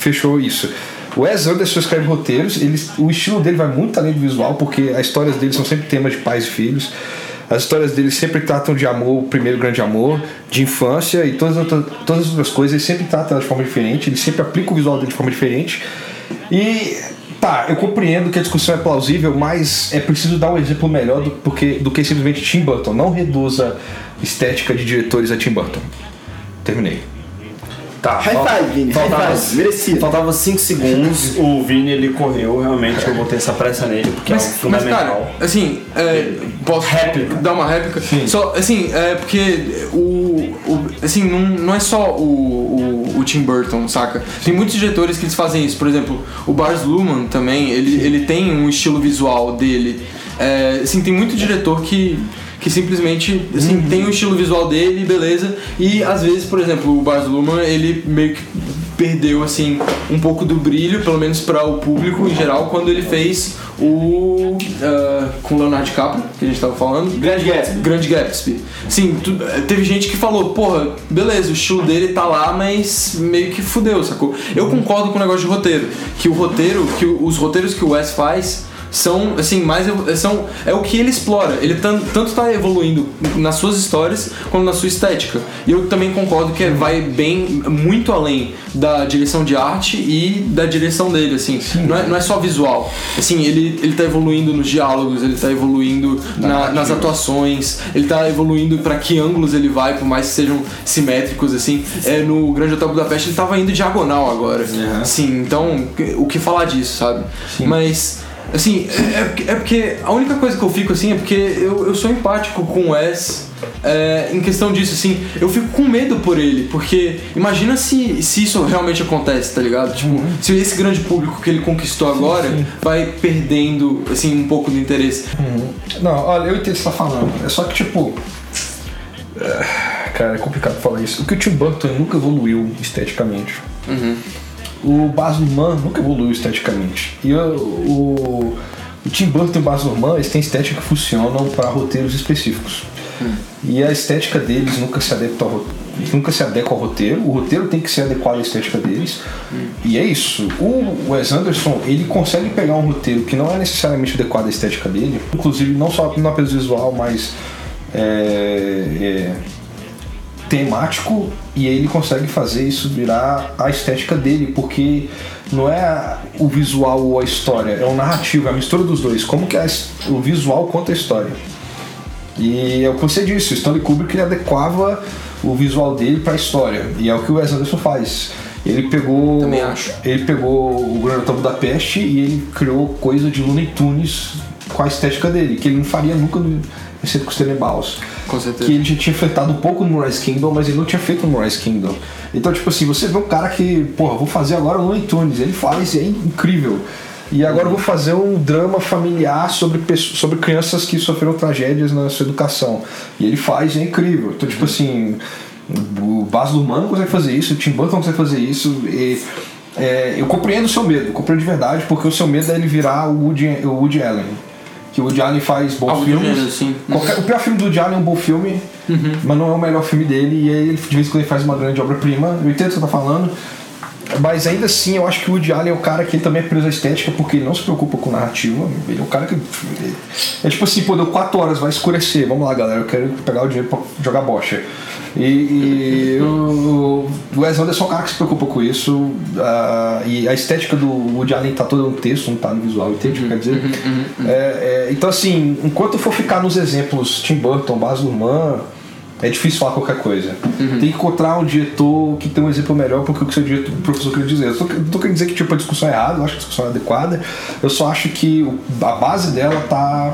Speaker 2: fechou isso. O Wes Anderson escreve roteiros, ele, o estilo dele vai muito além do visual, porque as histórias dele são sempre temas de pais e filhos. As histórias dele sempre tratam de amor, o primeiro grande amor, de infância e todas, as outras- todas as outras coisas, ele sempre trata elas de forma diferente, ele sempre aplica o visual dele de forma diferente. E tá, eu compreendo que a discussão é plausível, mas é preciso dar um exemplo melhor do, porque, do que simplesmente Tim Burton. Não reduza estética de diretores a Tim Burton. Terminei.
Speaker 1: Tá.
Speaker 2: High
Speaker 1: fal-
Speaker 2: five, Vini, high
Speaker 1: Faltava,
Speaker 2: five, merecido.
Speaker 1: faltava 5 segundos. O Vini ele correu, realmente. Eu botei essa pressa nele, porque é um
Speaker 4: Mas,
Speaker 1: fundamental.
Speaker 4: cara, assim, é, posso dar uma réplica? Só, assim, é porque o. o- assim, não, não é só o, o, o Tim Burton, saca? Tem muitos diretores que eles fazem isso. Por exemplo, o Bars Luhrmann também, ele, ele tem um estilo visual dele. É, assim, tem muito diretor que. Que simplesmente assim, tem o estilo visual dele, beleza. E às vezes, por exemplo, o Bars Luhrmann, ele meio que perdeu assim um pouco do brilho, pelo menos para o público em geral, quando ele fez o ah, com Leonardo DiCaprio, que a gente tava falando. Grande Gatsby. Grande Gatsby. Sim, tu- teve gente que falou, porra, beleza, o estilo dele tá lá, mas meio que fudeu, sacou? Eu concordo com o negócio de roteiro, que o roteiro, que o- os roteiros que o Wes faz são assim mais evo- são é o que ele explora ele tan- tanto está evoluindo nas suas histórias como na sua estética e eu também concordo que vai bem muito além da direção de arte e da direção dele assim não é, não é só visual assim ele ele está evoluindo nos diálogos ele está evoluindo na- nas atuações ele está evoluindo para que ângulos ele vai por mais que sejam simétricos assim é no Grande Hotel Budapeste ele estava indo diagonal agora sim então o que falar disso sabe mas Assim, é, é porque- é porque a única coisa que eu fico assim é porque eu, eu sou empático com o Wes é, em questão disso, assim. Eu fico com medo por ele, porque imagina se, se isso realmente acontece, tá ligado? Tipo, se esse grande público que ele conquistou agora vai perdendo, assim, um pouco do interesse.
Speaker 2: Não, olha, eu entendo o que você tá falando. É só que, tipo. é, Cara, é complicado falar isso. Porque o Tim Burton nunca evoluiu esteticamente. O Baz Luhrmann nunca evoluiu esteticamente. E o, o, o Tim Burton e o Baz Luhrmann, eles têm estética que funcionam para roteiros específicos. E a estética deles nunca se adequa ao roteiro. Nunca se adequa ao roteiro, o roteiro tem que ser adequado à estética deles. E é isso. O Wes Anderson, ele consegue pegar um roteiro que não é necessariamente adequado à estética dele, inclusive não só não apenas visual, mas é, é, temático, e ele consegue fazer isso virar a estética dele, porque não é a- o visual ou a história, é o narrativo, é a mistura dos dois. Como que é a his- o visual conta a história? E é o que você disse, o Stanley Kubrick ele adequava o visual dele para a história. E é o que o Wes Anderson faz. Ele pegou.
Speaker 4: Também acho.
Speaker 2: Ele pegou o Grande Hotel da Peste e ele criou coisa de Looney Tunes com a estética dele, que ele não faria nunca no exceto com os Tenenbaums.
Speaker 4: Com certeza.
Speaker 2: Que ele já tinha enfrentado um pouco no Moonrise Kingdom, mas ele não tinha feito no Moonrise Kingdom. Então, tipo assim, você vê um cara que, porra, vou fazer agora o Looney Tunes, ele faz e é incrível. E agora eu vou fazer um drama familiar sobre, pesso- sobre crianças que sofreram tragédias na sua educação. E ele faz e é incrível. Então, tipo assim, o Baz Luhrmann consegue fazer isso, o Tim Burton consegue fazer isso. E, é, eu compreendo o seu medo, compreendo de verdade, porque o seu medo é ele virar o Woody, o Woody Allen. Que o Woody Allen faz bons
Speaker 4: Algo do
Speaker 2: filmes.
Speaker 4: gênero, sim.
Speaker 2: Qualquer- o pior filme do Woody Allen é um bom filme, mas não é o melhor filme dele. E aí ele, de vez em quando ele faz uma grande obra-prima. Eu entendo o que você tá falando. Mas ainda assim, eu acho que o Woody Allen é o cara que ele também é preso à estética porque ele não se preocupa com narrativa. Ele é o cara que. ele- é tipo assim, pô, deu 4 horas, vai escurecer. Vamos lá, galera, eu quero pegar o dinheiro pra jogar bocha. E, e o o Wes Anderson é um cara que se preocupa com isso. ah, e a estética do Woody Allen tá toda no texto, não tá no visual, entende o que quer dizer? É, é, então, assim, enquanto eu for ficar nos exemplos Tim Burton, Baz Luhrmann. É difícil falar qualquer coisa. Tem que encontrar um diretor que tem um exemplo melhor porque o que o seu diretor, o professor queria dizer. Eu tô- não tô querendo dizer que tipo, a discussão é errada, eu acho que a discussão é adequada. Eu só acho que o- a base dela tá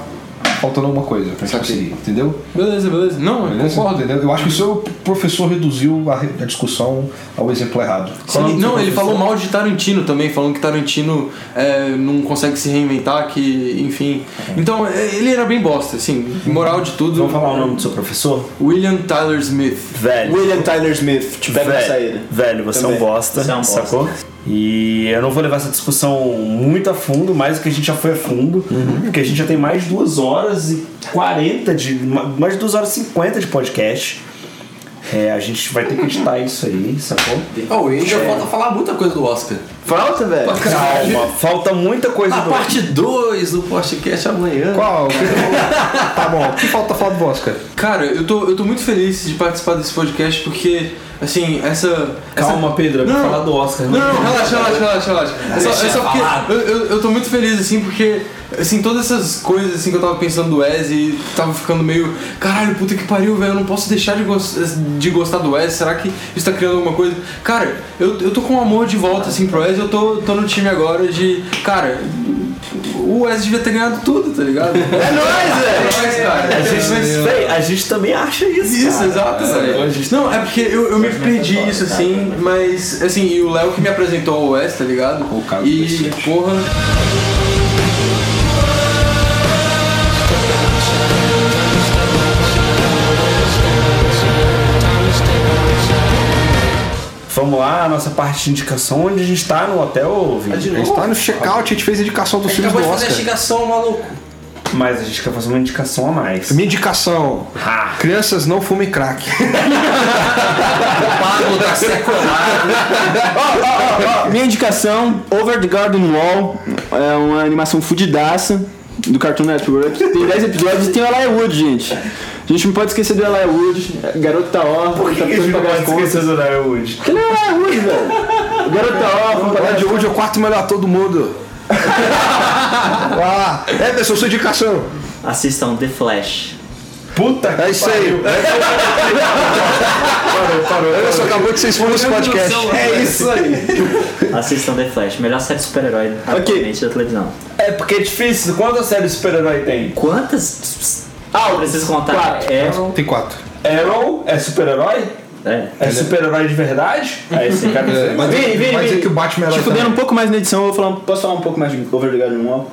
Speaker 2: faltando alguma coisa pra gente conseguir, entendeu?
Speaker 4: Beleza, beleza. Não, eu
Speaker 2: Beleza?
Speaker 4: concordo.
Speaker 2: Entendeu? Eu acho que o seu professor reduziu a, re- a discussão ao exemplo errado.
Speaker 4: Sim, não, ele falou mal de Tarantino também, falando que Tarantino é, não consegue se reinventar, que, enfim. Então, é, ele era bem bosta, assim, moral de tudo. Vamos
Speaker 1: falar o nome do seu professor?
Speaker 4: William Tyler Smith.
Speaker 1: Velho.
Speaker 6: William Tyler Smith, tiver pra sair.
Speaker 1: Velho, velho, você é um
Speaker 6: Também.
Speaker 1: bosta,
Speaker 6: Você é um bosta.
Speaker 1: sacou? E eu não vou levar essa discussão muito a fundo, mais do que a gente já foi a fundo, porque a gente já tem mais de duas horas e 40 de. ma- mais de duas horas e 50 de podcast. É, a gente vai ter que editar isso aí, sacou?
Speaker 3: Oh, e ainda falta falar muita coisa do Oscar.
Speaker 6: Falta,
Speaker 1: É,
Speaker 6: velho.
Speaker 1: Calma, falta muita coisa
Speaker 3: A
Speaker 1: do
Speaker 3: parte 2 do podcast amanhã.
Speaker 2: Qual? tá bom, o que falta Tá falar do Oscar?
Speaker 4: Cara, eu tô, eu tô muito feliz de participar desse podcast porque, assim, essa.
Speaker 1: Calma,
Speaker 4: essa...
Speaker 1: Pedro, é pra
Speaker 4: Não,
Speaker 1: falar do Oscar.
Speaker 4: Não, não, relaxa, relaxa, relaxa, relaxa. É só,
Speaker 3: Deixa
Speaker 4: é só
Speaker 3: eu
Speaker 4: porque
Speaker 3: falar.
Speaker 4: eu, eu, eu tô muito feliz, assim, porque, assim, todas essas coisas, assim, que eu tava pensando do Wes e tava ficando meio, caralho, puta que pariu, velho, eu não posso deixar de, gos- de gostar do Wes, será que isso tá criando alguma coisa? Cara, eu, eu tô com um amor de volta, assim, pro Wes, eu tô, tô no time agora de, cara, o Wes devia ter ganhado tudo, tá ligado? É nóis, velho! É nóis, cara!
Speaker 1: A gente, véi, a gente também acha isso.
Speaker 4: Isso,
Speaker 1: cara.
Speaker 4: exato, velho. Não, é porque eu, eu me perdi isso, assim, mas, assim, e o Léo que me apresentou ao West, tá ligado? O
Speaker 2: cara
Speaker 4: E, porra...
Speaker 1: Vamos lá, a nossa parte de indicação, onde a gente tá no hotel, ouvinte?
Speaker 2: A gente tá no check-out, a gente fez a indicação dos filmes do
Speaker 3: Acabou de fazer a
Speaker 2: Oscar.
Speaker 3: investigação, maluco.
Speaker 1: Mas a gente quer fazer uma indicação a mais.
Speaker 2: Minha indicação:
Speaker 1: Ah,
Speaker 2: crianças não fumem crack.
Speaker 3: Pablo tá sequelado.
Speaker 6: Minha indicação, Over the Garden Wall, é uma animação fudidaça do Cartoon Network. Tem 10 episódios e tem o Elijah Wood, gente. A gente não pode esquecer do Elijah Wood, garoto tá órfão,
Speaker 1: por que,
Speaker 6: tá
Speaker 1: que a gente
Speaker 6: precisando
Speaker 1: não
Speaker 6: pagar
Speaker 1: pode
Speaker 6: as contas.
Speaker 1: esquecer do Elijah né, Wood?
Speaker 6: Porque ele é o Elijah Wood, velho. O garoto tá órfão, pagar as
Speaker 2: Elijah Wood é o quarto melhor ator do mundo. Vai lá. Emerson, sua indicação.
Speaker 10: Assistam The Flash.
Speaker 1: Puta
Speaker 2: É isso aí.
Speaker 1: parou, parou.
Speaker 2: Emerson acabou de ser expulso nesse podcast.
Speaker 1: É isso aí.
Speaker 10: Assistam The Flash. Melhor série de super-herói atualmente da televisão.
Speaker 1: É porque é difícil. Quantas séries de super-herói tem?
Speaker 10: Quantas? Ah, eu preciso contar.
Speaker 1: Quatro.
Speaker 10: É,
Speaker 2: Tem quatro.
Speaker 1: Arrow é super-herói?
Speaker 10: é.
Speaker 1: É super-herói de verdade? É esse cara.
Speaker 2: É, mas
Speaker 6: Vini, Vini,
Speaker 2: mas é
Speaker 6: Vini.
Speaker 2: que o Batman era.
Speaker 6: Te fudendo um pouco mais na edição, eu vou falar, posso falar um pouco mais de Over the Garden Wall?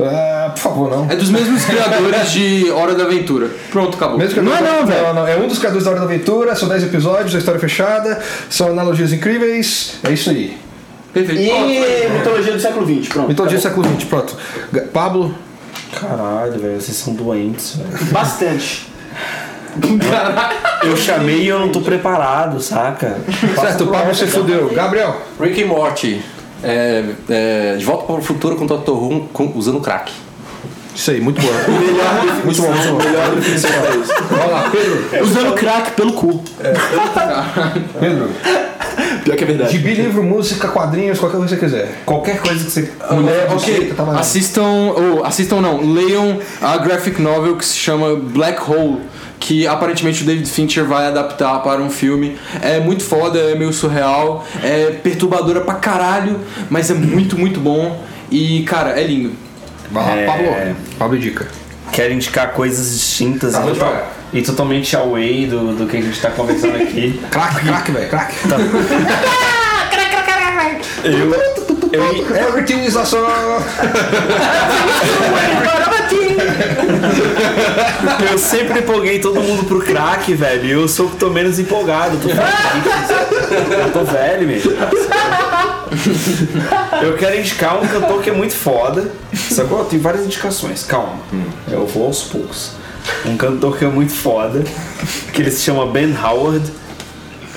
Speaker 2: Ah, por favor, não.
Speaker 4: É dos mesmos criadores de Hora da Aventura. Pronto, acabou.
Speaker 2: Mesmo que-
Speaker 6: Não é não, velho.
Speaker 2: Não, não. É um dos criadores da Hora da Aventura, são 10 episódios, a história é fechada, são analogias incríveis. É isso aí.
Speaker 4: Perfeito.
Speaker 6: E mitologia do século XX, pronto.
Speaker 2: Mitologia do século XX, pronto. G- Pablo,
Speaker 1: Caralho, velho, vocês são doentes, velho.
Speaker 6: Bastante.
Speaker 1: Eu chamei e eu não tô preparado, saca?
Speaker 2: certo, o Pablo se fudeu. Gabriel,
Speaker 3: Rick e Morty. É, é, de volta para o futuro com o Dr. Who com- usando crack.
Speaker 2: isso aí, muito bom.
Speaker 6: Melhor muito bom, melhor definição pra isso.
Speaker 2: Vai lá, Pedro.
Speaker 6: Usando crack pelo cu.
Speaker 2: Pedro,
Speaker 6: Pior que é verdade.
Speaker 2: gibi, livro, música, quadrinhos, qualquer coisa que você quiser.
Speaker 1: Qualquer coisa que você.
Speaker 2: Mulher,
Speaker 4: Ok,
Speaker 2: buceta, tá maluco.
Speaker 4: assistam, ou assistam não, leiam a graphic novel que se chama Black Hole, que aparentemente o David Fincher vai adaptar para um filme. É muito foda, é meio surreal, é perturbadora pra caralho, mas é muito, muito bom. E, cara, é lindo.
Speaker 2: Vai lá,
Speaker 1: É.
Speaker 2: Pablo. Pablo indica.
Speaker 1: Quero indicar coisas distintas
Speaker 2: Tá,
Speaker 1: e,
Speaker 2: vou
Speaker 1: total-
Speaker 2: devagar.
Speaker 1: e totalmente away do, do que a gente tá conversando aqui.
Speaker 2: Crack, crack, velho, crack.
Speaker 1: Eu. eu
Speaker 2: Everything is awesome.
Speaker 1: Eu sempre empolguei todo mundo pro crack, velho. E assim. eu sou o que tô menos empolgado. Eu tô, eu tô velho, meu. Eu quero indicar um cantor que é muito foda. Sacou? Tem várias indicações, calma.
Speaker 11: Hum.
Speaker 1: Eu vou aos poucos. Um cantor que é muito foda, que ele se chama Ben Howard.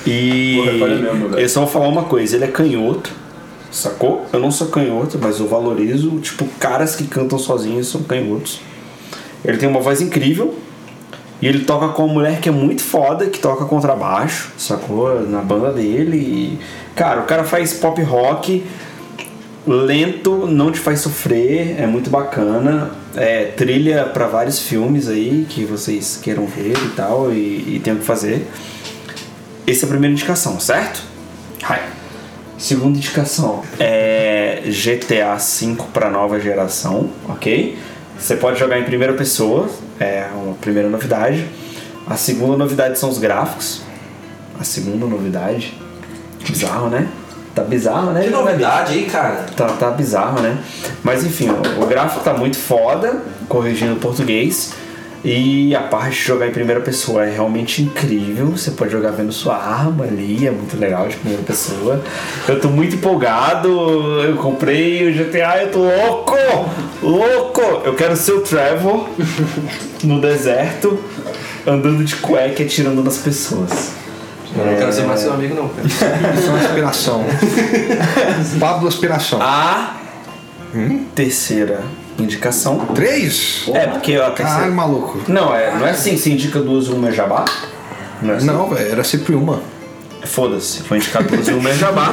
Speaker 1: E
Speaker 11: Porra, foda mesmo, velho.
Speaker 1: eu só vou falar uma coisa, ele é canhoto, sacou? Eu não sou canhoto, mas eu valorizo, tipo, caras que cantam sozinhos são canhotos. Ele tem uma voz incrível, e ele toca com uma mulher que é muito foda, que toca contrabaixo, sacou? Na banda dele. E, cara, o cara faz pop rock, lento, não te faz sofrer, é muito bacana. É trilha pra vários filmes aí que vocês queiram ver e tal, e, e tem o que fazer. Essa é a primeira indicação, certo? Hi. Segunda indicação é GTA V para nova geração, ok? Você pode jogar em primeira pessoa, é uma primeira novidade. A segunda novidade são os gráficos. A segunda novidade. Bizarro, né? Tá bizarro, né?
Speaker 3: Que novidade, hein, cara?
Speaker 1: Tá, tá bizarro, né? Mas enfim, o, o gráfico tá muito foda, corrigindo o português. E a parte de jogar em primeira pessoa é realmente incrível. Você pode jogar vendo sua arma ali, é muito legal de primeira pessoa. Eu tô muito empolgado, eu comprei o GTA, eu tô louco! Louco! Eu quero ser o Trevor no deserto, andando de cueca e atirando nas pessoas.
Speaker 3: Eu
Speaker 1: É.
Speaker 3: não quero ser mais seu amigo, não. cara.
Speaker 2: Isso é uma aspiração. Pablo aspiração.
Speaker 1: A
Speaker 3: Hum?
Speaker 1: terceira indicação.
Speaker 2: Três?
Speaker 1: É, porque a terceira.
Speaker 2: Caralho, maluco.
Speaker 1: Não, é, não é assim, se indica duas, uma é jabá. Não, é assim.
Speaker 2: Não, velho, era sempre uma.
Speaker 1: Foda-se, foi indicar duas, uma é jabá.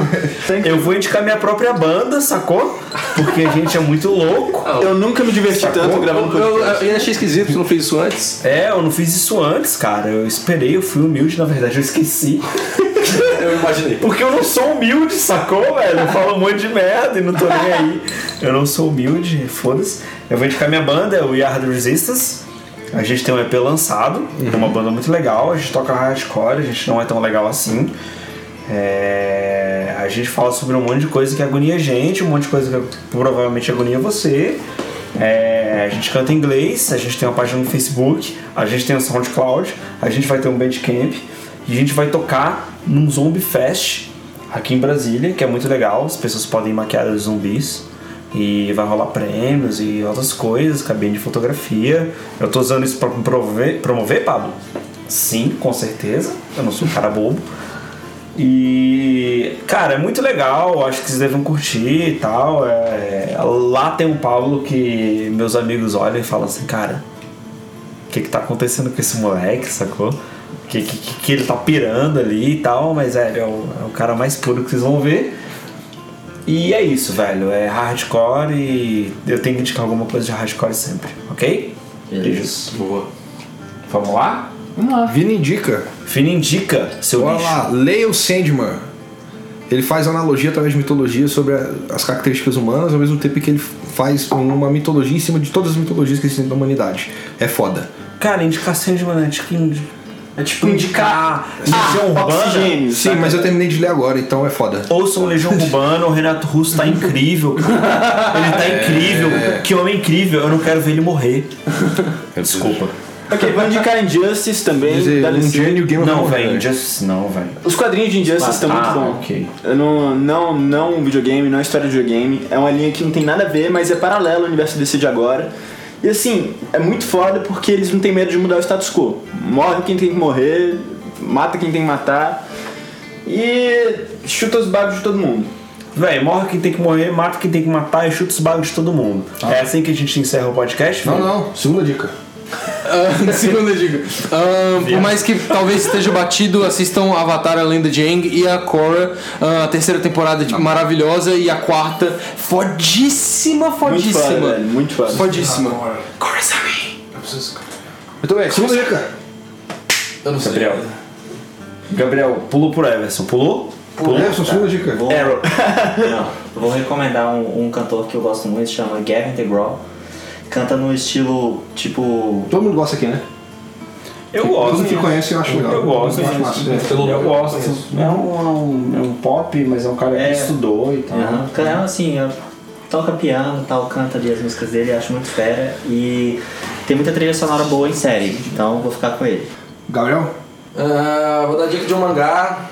Speaker 1: Eu vou indicar minha própria banda, sacou? Porque a gente é muito louco.
Speaker 6: Eu nunca me diverti tanto gravando
Speaker 3: Eu, eu,
Speaker 6: podcast.
Speaker 3: eu achei esquisito, tu não fez isso antes.
Speaker 1: É, eu não fiz isso antes, cara. Eu esperei, eu fui humilde, na verdade, eu esqueci.
Speaker 3: Eu imaginei.
Speaker 1: Porque eu não sou humilde, sacou, velho? Eu falo um monte de merda e não tô nem aí. Eu não sou humilde, foda-se. Eu vou indicar minha banda, é o Yard Resistance. A gente tem um EP lançado, é uma banda muito legal. A gente toca hardcore, a gente não é tão legal assim. É, A gente fala sobre um monte de coisa que agonia a gente, um monte de coisa que provavelmente agonia você. É, A gente canta em inglês, a gente tem uma página no Facebook, a gente tem um SoundCloud, a gente vai ter um Bandcamp. E a gente vai tocar num Zombie Fest aqui em Brasília, que é muito legal. As pessoas podem maquiar os zumbis. E vai rolar prêmios e outras coisas, cabine de fotografia. Eu tô usando isso pra promover, promover Pablo? Sim, com certeza. Eu não sou um cara bobo. E, cara, é muito legal, acho que vocês devem curtir e tal. É, lá tem um Pablo que meus amigos olham e falam assim, cara, o que, que tá acontecendo com esse moleque, sacou? Que, que, que- que ele tá pirando ali e tal, mas é, é o, é o cara mais puro que vocês vão ver. E é isso, velho. É hardcore e eu tenho que indicar alguma coisa de hardcore sempre, ok? Beijos.
Speaker 3: Boa.
Speaker 1: Vamos lá?
Speaker 2: Vini indica.
Speaker 1: Fina indica, seu
Speaker 2: Olha
Speaker 1: bicho.
Speaker 2: lá, leia o Sandman. Ele faz analogia através de mitologia sobre a- as características humanas, ao mesmo tempo que ele faz uma mitologia em cima de todas as mitologias que existem na humanidade. É foda.
Speaker 1: Cara, indicação de mano, é tipo, indi- é tipo indicar Legião Urbana.
Speaker 6: Oxigênio.
Speaker 2: Sim, mas eu terminei de ler agora, então é foda.
Speaker 1: Ouçam Legião Urbana, o Renato Russo tá incrível, cara. Ele
Speaker 3: É.
Speaker 1: tá incrível. Que homem incrível, eu não quero ver ele morrer.
Speaker 3: É,
Speaker 1: Desculpa.
Speaker 6: Ok, vou indicar Injustice também.
Speaker 2: Quer dizer,
Speaker 6: da
Speaker 2: um
Speaker 6: DC.
Speaker 2: gênio game
Speaker 1: Não,
Speaker 2: of
Speaker 1: velho,
Speaker 2: Thrones. é.
Speaker 1: Injustice não, velho.
Speaker 6: Os quadrinhos de Injustice estão muito
Speaker 1: ah,
Speaker 6: bons.
Speaker 1: ok.
Speaker 6: Eu não, não, não um videogame, não é história de videogame. É uma linha que não tem nada a ver, mas é paralela ao universo DC de agora. E assim, é muito foda porque eles não têm medo de mudar o status quo. Morre quem tem que morrer, mata quem tem que matar. E chuta os bagos de todo mundo.
Speaker 1: Véi, morre quem tem que morrer, mata quem tem que matar e chuta os bagos de todo mundo.
Speaker 3: Ah.
Speaker 1: É assim que a gente encerra o podcast?
Speaker 2: Não,
Speaker 1: velho?
Speaker 2: não, segunda dica.
Speaker 4: Ah, segunda dica. Ah, por mais que talvez esteja batido, assistam Avatar a Lenda de Aang e a Korra. Ah, a terceira temporada de- maravilhosa e a quarta fodíssima,
Speaker 6: Muito foda,
Speaker 4: fodíssima.
Speaker 6: velho, muito foda.
Speaker 4: Fodíssima.
Speaker 2: Muito
Speaker 6: É,
Speaker 2: bem, segunda dica.
Speaker 3: Eu não sei.
Speaker 1: Gabriel. Gabriel, pulo pro Everson. Pulou? Pulou?
Speaker 2: Anderson, segunda dica.
Speaker 1: Arrow.
Speaker 7: Não, eu vou recomendar um, um cantor que eu gosto muito, chama Gavin DeGraw. Canta no estilo, tipo...
Speaker 2: Todo mundo gosta aqui, né?
Speaker 1: Eu
Speaker 2: Todo
Speaker 1: gosto. né?
Speaker 2: mundo que conhece eu acho legal.
Speaker 1: Eu gosto,
Speaker 2: Eu acho massa. né?
Speaker 3: Pelo
Speaker 1: Eu gosto. É um, é um- é um pop, mas é um cara
Speaker 7: É.
Speaker 1: que estudou e tal.
Speaker 3: Uhum.
Speaker 7: Aham. Cara, assim, ó, toca piano e tal, canta ali as músicas dele, acho muito fera. E tem muita trilha sonora boa em série, então eu vou ficar com ele.
Speaker 2: Gabriel?
Speaker 3: Ah, vou dar dica de um mangá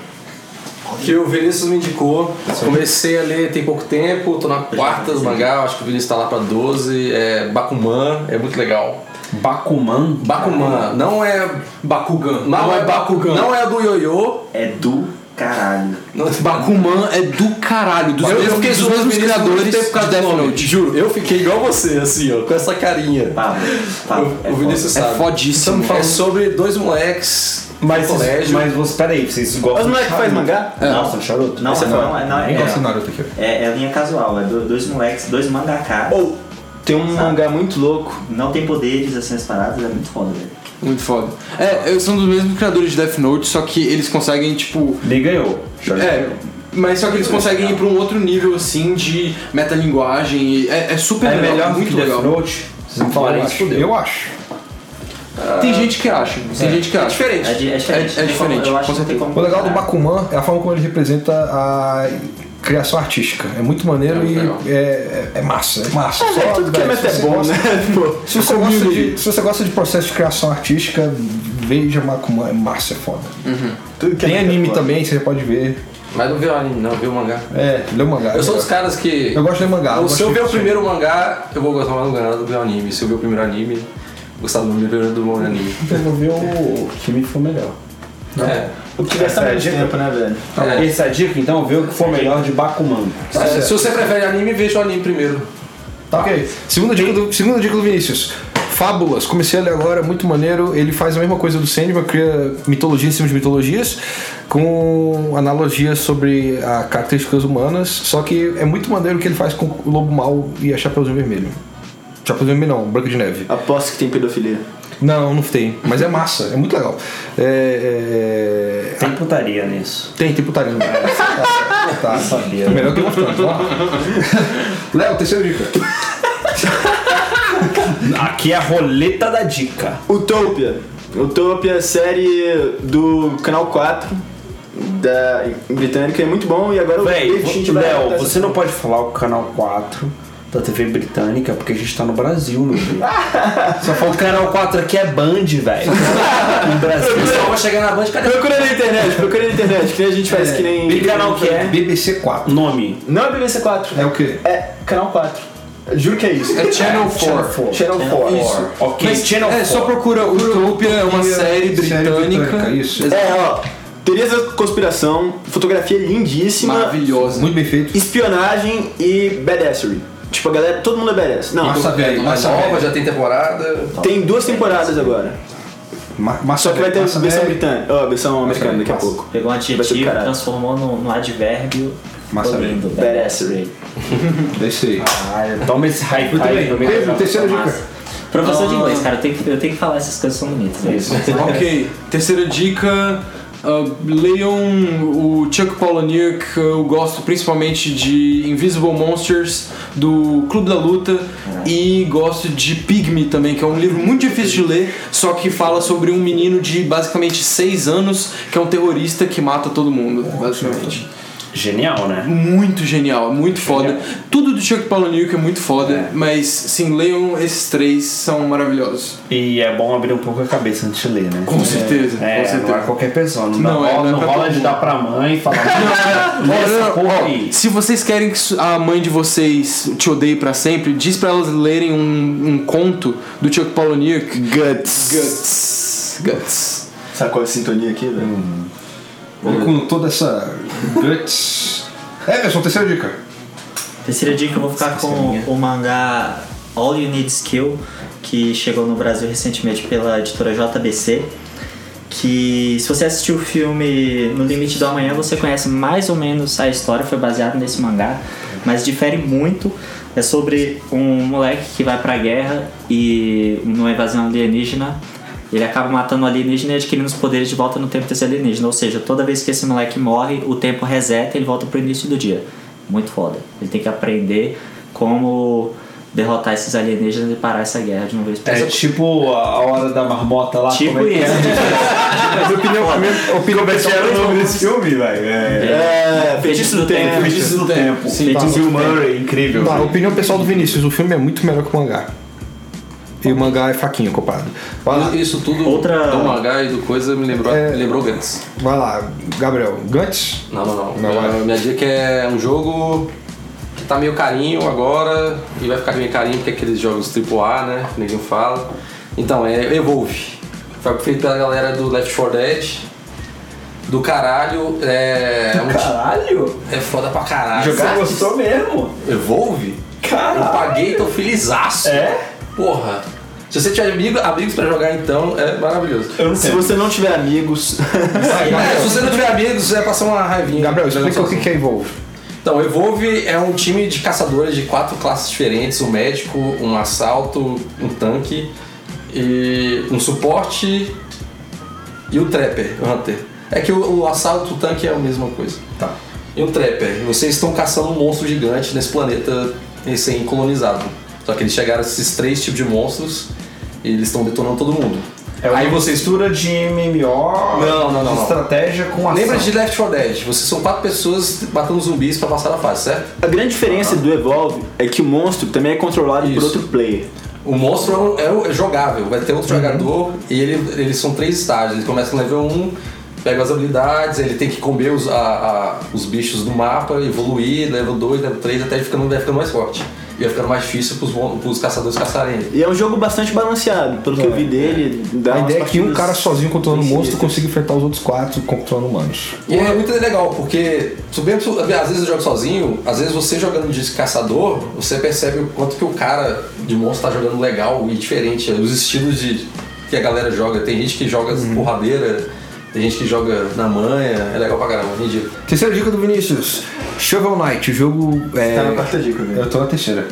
Speaker 3: que o Vinícius me indicou. Comecei a ler tem pouco tempo, tô na quarta do mangá, acho que o Vinícius tá lá pra 12. É Bakuman, é muito legal.
Speaker 1: Bakuman?
Speaker 3: Bakuman, não é Bakugan. Não, é Bakugan. Não é do Yoyo.
Speaker 7: É do caralho.
Speaker 3: Não, Bakuman é do caralho, dos, mesmos, dos mesmos criadores de Death Note. Juro, eu fiquei igual você, assim, ó, com essa carinha.
Speaker 7: Pablo, Pablo.
Speaker 3: o Vinícius sabe.
Speaker 4: É fodíssimo.
Speaker 3: É sobre dois moleques
Speaker 1: Mas,
Speaker 3: no colégio.
Speaker 1: mas você, peraí, vocês gostam
Speaker 6: Os moleques que faz mangá?
Speaker 1: Nossa, charuto.
Speaker 7: Não,
Speaker 1: Esse é
Speaker 7: não,
Speaker 1: foda.
Speaker 7: é, não, é,
Speaker 2: Nem gosto de Naruto aqui.
Speaker 7: é, é linha casual, é do- dois moleques, dois mangaká.
Speaker 6: Ou tem um mangá muito louco.
Speaker 7: Não tem poderes assim as paradas, é muito foda, velho.
Speaker 4: Muito foda. É, eles são dos mesmos criadores de Death Note, só que eles conseguem, tipo.
Speaker 1: Ele ganhou. Charuto.
Speaker 4: É. Mas só que eles conseguem ir pra um outro nível assim de metalinguagem. e É, é super
Speaker 1: É
Speaker 4: legal,
Speaker 1: melhor
Speaker 4: muito
Speaker 1: que Death
Speaker 4: legal.
Speaker 1: Note? Vocês não falarem
Speaker 2: eu,
Speaker 1: isso,
Speaker 2: acho,
Speaker 1: fudeu.
Speaker 2: eu acho.
Speaker 4: Tem gente que acha, tem gente que acha.
Speaker 3: Diferente.
Speaker 7: É, di- é diferente.
Speaker 4: É- é
Speaker 7: tem como-
Speaker 4: diferente,
Speaker 7: eu acho
Speaker 4: com
Speaker 7: que não tem como
Speaker 2: O legal do
Speaker 7: comparar.
Speaker 2: Bakuman é a forma como ele representa a criação artística. É muito maneiro
Speaker 3: muito legal.
Speaker 2: e é, é massa, é massa. Só,
Speaker 6: É, tudo que é
Speaker 2: velho, se
Speaker 6: meta é
Speaker 2: você
Speaker 6: bom,
Speaker 2: gosta-
Speaker 6: né? Pô,
Speaker 2: Se você, gosta de, se você gosta de processo de criação artística, veja Bakuman, é massa, é foda.
Speaker 3: Uhum.
Speaker 6: tudo que é
Speaker 2: Tem
Speaker 6: meta é
Speaker 2: anime
Speaker 6: bom.
Speaker 2: também, você pode ver.
Speaker 3: Mas não viu o anime, não, viu o mangá.
Speaker 2: É, lê o mangá.
Speaker 3: Eu sou dos caras que.
Speaker 2: Eu gosto de ler mangá.
Speaker 3: Então,
Speaker 2: Ah, eu
Speaker 3: se eu
Speaker 2: gosto
Speaker 3: ver o
Speaker 2: de-
Speaker 3: primeiro mangá, eu vou gostar mais do mangá do que do anime. Se eu ver o primeiro anime, gostar do primeiro do bom anime.
Speaker 1: Eu vou ver o o que me for melhor.
Speaker 3: É.
Speaker 6: O que gasta mais tempo, né, velho?
Speaker 3: É.
Speaker 1: Essa é a dica, então, ver o que for melhor de Bakuman.
Speaker 3: É, Se você prefere anime, veja o anime primeiro.
Speaker 2: Tá. Ok. Segunda dica, do, segunda dica do Vinícius. Fábulas, comecei a ler agora, é muito maneiro. Ele faz a mesma coisa do Sandman, cria mitologia em cima de mitologias, com analogias sobre ah, características humanas. Só que é muito maneiro o que ele faz com o Lobo Mal e a Chapeuzinho Vermelho. Chapeuzinho Vermelho não, Branca de Neve.
Speaker 6: Aposto que tem pedofilia.
Speaker 2: Não, não tem, mas é massa, é muito legal. É, é,
Speaker 1: Tem putaria nisso.
Speaker 2: Tem, tem putaria no meio. Tá,
Speaker 1: sabia.
Speaker 2: Melhor que o Lofton. Léo, terceira dica.
Speaker 1: Aqui é a roleta da dica.
Speaker 6: Utopia. Utopia, é série do Canal 4 da britânica, é muito bom e agora
Speaker 1: Véi,
Speaker 6: David Lynch
Speaker 1: vo-
Speaker 6: vai
Speaker 1: Léo,
Speaker 6: adaptar essa-
Speaker 1: você não pode falar o canal 4 da TV britânica porque a gente tá no Brasil, meu filho. Só falta o canal 4 aqui é Band, velho. No Brasil.
Speaker 3: Pessoal, vai chegar na Band, cadê?
Speaker 6: Procura na internet, procura na internet, que nem a gente faz que nem.
Speaker 1: Que canal que é?
Speaker 2: BBC 4.
Speaker 1: Nome.
Speaker 6: Não é BBC 4,
Speaker 2: É o quê?
Speaker 6: é Canal 4. Juro que é isso.
Speaker 4: É Channel 4.
Speaker 6: Channel 4.
Speaker 4: Isso.
Speaker 1: Ok. Channel
Speaker 4: É, só procura Utopia, é uma série britânica.
Speaker 2: isso.
Speaker 6: É, ó. Teorias da conspiração, fotografia lindíssima,
Speaker 4: Maravilhosa.
Speaker 2: Muito bem feito.
Speaker 6: espionagem e badassery. Tipo, a galera, todo mundo é badass. Não,
Speaker 2: Massa velho,
Speaker 3: Mas
Speaker 2: massa
Speaker 3: nova,
Speaker 2: velho.
Speaker 3: já tem temporada.
Speaker 6: tem duas temporadas agora.
Speaker 2: Ma- Massa
Speaker 6: Só que vai ter
Speaker 2: velho, massa
Speaker 6: versão
Speaker 2: velho.
Speaker 6: britânica. Ó, versão americana daqui a
Speaker 2: Massa.
Speaker 6: pouco.
Speaker 7: Pegou um
Speaker 6: Vai ser do
Speaker 7: adjetivo,
Speaker 6: caralho.
Speaker 7: transformou num, num advérbio.
Speaker 2: Massa
Speaker 7: Ficou
Speaker 2: mesmo.
Speaker 7: lindo. Badassery.
Speaker 2: Deixa aí.
Speaker 1: Toma esse high
Speaker 2: Muito
Speaker 1: five
Speaker 2: bem.
Speaker 1: no meio
Speaker 2: Pedro,
Speaker 1: da-
Speaker 2: terceira dica.
Speaker 7: Massa. Professor de inglês, cara, eu tenho, que, eu tenho que falar essas coisas são bonitas. né?
Speaker 4: Ok, terceira dica. ah, leiam o Chuck Palahniuk, que eu gosto principalmente de Invisible Monsters, do Clube da Luta, e gosto de Pygmy também, que é um livro muito difícil de ler, só que fala sobre um menino de basicamente 6 anos, que é um terrorista que mata todo mundo, basicamente.
Speaker 1: Genial, né?
Speaker 4: Muito genial, muito foda. Tudo do Chuck Palahniuk é muito foda, mas sim, leiam esses três, são maravilhosos.
Speaker 1: E é bom abrir um pouco a cabeça antes de ler, né?
Speaker 4: Com certeza,
Speaker 1: É,
Speaker 4: com certeza.
Speaker 1: não é qualquer um. pessoa. Não,
Speaker 4: Não,
Speaker 1: Então dá,
Speaker 4: é,
Speaker 1: rola,
Speaker 4: não é
Speaker 1: não
Speaker 4: pra
Speaker 1: rola
Speaker 4: todo
Speaker 1: de dar pra mãe e falar. "Não, lê essa porra aí."
Speaker 4: Se vocês querem que su- a mãe de vocês te odeie pra sempre, diz pra elas lerem um, um conto do Chuck Palahniuk.
Speaker 6: Guts.
Speaker 4: Guts. Guts.
Speaker 6: Sacou a sintonia aqui, velho?
Speaker 2: Ele Com toda essa guts. Everson, terceira dica.
Speaker 7: Terceira dica, eu vou ficar com o mangá All You Need Skill, que chegou no Brasil recentemente pela editora JBC. Que se você assistiu o filme No Limite do Amanhã, você conhece mais ou menos a história, foi baseado nesse mangá, mas difere muito. É sobre um moleque que vai pra guerra e numa invasão alienígena ele acaba matando o alienígena e adquirindo os poderes de volta no tempo desse alienígena. Ou seja, toda vez que esse moleque morre, o tempo reseta e ele volta pro início do dia. Muito foda. Ele tem que aprender como derrotar esses alienígenas e parar essa guerra de uma vez por
Speaker 1: É tipo a a hora da marmota lá.
Speaker 7: Tipo
Speaker 1: como é que é?
Speaker 7: isso.
Speaker 1: Como é que era o nome desse filme, velho? É.
Speaker 6: É, feitiço
Speaker 7: Feitiço Tipo do
Speaker 6: do tempo.
Speaker 7: tempo.
Speaker 1: Feitiço do Tempo.
Speaker 4: Sim,
Speaker 1: Feitiço do Murray, incrível.
Speaker 2: Tá, opinião pessoal do Vinícius, o filme é muito melhor que o mangá. E o mangá é faquinha, compadre. Vai lá,
Speaker 3: Isso tudo
Speaker 7: Outra-
Speaker 3: do mangá e do coisa me lembrou,
Speaker 2: É.
Speaker 3: me lembrou Gantz.
Speaker 2: vai lá, Gabriel. Gantz?
Speaker 3: Não, não, não.
Speaker 2: Não, vai.
Speaker 3: minha, minha dica é um jogo que tá meio carinho agora e vai ficar meio carinho porque é aqueles jogos AAA, né? Que ninguém fala. Então, é Evolve. Foi feito pela galera do Left 4 Dead. Do caralho. É, é um-
Speaker 7: Caralho!
Speaker 3: é foda pra caralho.
Speaker 7: Você gostou mesmo?
Speaker 3: Evolve? Eu
Speaker 7: Caralho!
Speaker 3: paguei, tô felizaço.
Speaker 7: É?
Speaker 3: Porra. Se você tiver amigo, amigos pra jogar, então, é maravilhoso.
Speaker 7: Eu não
Speaker 6: Se
Speaker 7: sei.
Speaker 6: você não tiver amigos,
Speaker 3: É, se você não tiver amigos, você vai passar uma raivinha. né?
Speaker 2: Gabriel,
Speaker 3: Jogando
Speaker 2: explica o que
Speaker 3: sozinho.
Speaker 2: que é Evolve.
Speaker 3: Então, Evolve é um time de caçadores de quatro classes diferentes: um médico, um assalto, um tanque, e um suporte e o trapper, o hunter. É que o, o assalto e o tanque é a mesma coisa. Tá. E o trapper, vocês estão caçando um monstro gigante nesse planeta recém-colonizado. Só que eles chegaram a esses três tipos de monstros e eles estão detonando todo mundo.
Speaker 1: É uma
Speaker 3: Aí vocês
Speaker 1: mistura de MMO,
Speaker 3: Não, não, não,
Speaker 1: de
Speaker 3: não.
Speaker 1: estratégia com ação.
Speaker 3: Lembra de Left 4 Dead? Vocês são quatro pessoas matando zumbis pra passar da fase, certo?
Speaker 6: a grande diferença do Evolve é que o monstro também é controlado por
Speaker 3: Isso.
Speaker 6: outro player.
Speaker 3: O monstro é um- é, um- é jogável, vai ter outro jogador e ele- eles são três estágios. Ele começa no level 1, pega as habilidades, ele tem que comer os, a- a- os bichos do mapa, evoluir, level 2, level 3, até ele ficando, vai ficando mais forte. E vai ficando mais difícil pros, mon- pros caçadores caçarem ele.
Speaker 6: E é um jogo bastante balanceado, pelo que eu vi dele. dá
Speaker 2: A
Speaker 6: umas
Speaker 2: ideia é que um
Speaker 6: partidas
Speaker 2: cara sozinho controlando o
Speaker 6: bem
Speaker 2: monstro
Speaker 6: sinistras.
Speaker 2: consiga enfrentar os outros quatro controlando humanos.
Speaker 3: E é muito legal, porque tu mesmo- às vezes eu jogo sozinho, às vezes você jogando de caçador, você percebe o quanto que o cara de monstro tá jogando legal e diferente. Os estilos de que a galera joga. Tem gente que joga porradeira, tem gente que joga na manha, é legal pra caramba, ridículo.
Speaker 2: Terceira dica do Vinícius. Shovel Knight, o jogo é...
Speaker 1: Tá na quarta dica, velho.
Speaker 2: Eu tô na terceira.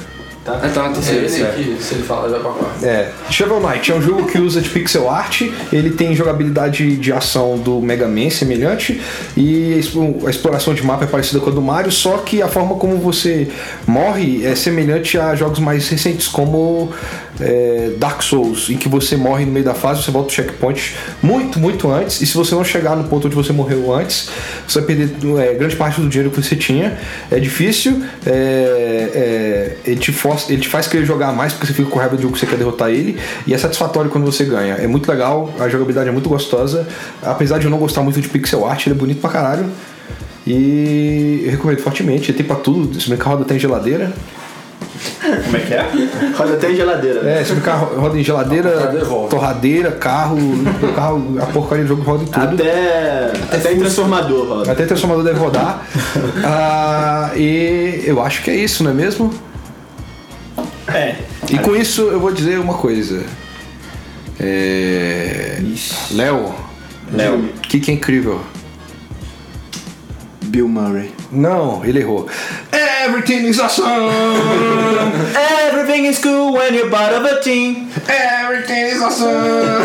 Speaker 2: tá?
Speaker 3: Então, então
Speaker 2: sei, isso é.
Speaker 3: que, se ele fala, vai pra lá.
Speaker 2: É. Shovel Knight é um jogo que usa de pixel art, ele tem jogabilidade de ação do Mega Man semelhante e a expo- a exploração de mapa é parecida com a do Mario, só que a forma como você morre é semelhante a jogos mais recentes como é, Dark Souls, em que você morre no meio da fase, você volta o checkpoint muito, muito antes, e se você não chegar no ponto onde você morreu antes, você vai perder é, grande parte do dinheiro que você tinha. É difícil, é, é, ele, te força, ele te faz querer jogar mais porque você fica com raiva do jogo que você quer derrotar ele, e é satisfatório quando você ganha. É muito legal, a jogabilidade é muito gostosa, apesar de eu não gostar muito de pixel art, ele é bonito pra caralho. E eu recomendo fortemente, tem pra tudo, se brincar roda até em geladeira.
Speaker 1: Como é que é?
Speaker 6: Roda até em geladeira.
Speaker 2: É, se brincar roda em geladeira, torradeira, carro, carro, a porcaria do jogo roda em tudo. É
Speaker 6: Até. Até em transformador, roda.
Speaker 2: Até o transformador deve rodar. Ah, e eu acho que é isso, não é mesmo? É. E com isso eu vou dizer uma coisa. É... Léo,
Speaker 1: Léo.
Speaker 2: o que, que é incrível?
Speaker 6: Bill Murray.
Speaker 2: Não, ele errou. Everything is awesome!
Speaker 6: Everything is cool when you're part of a team.
Speaker 2: Everything is awesome!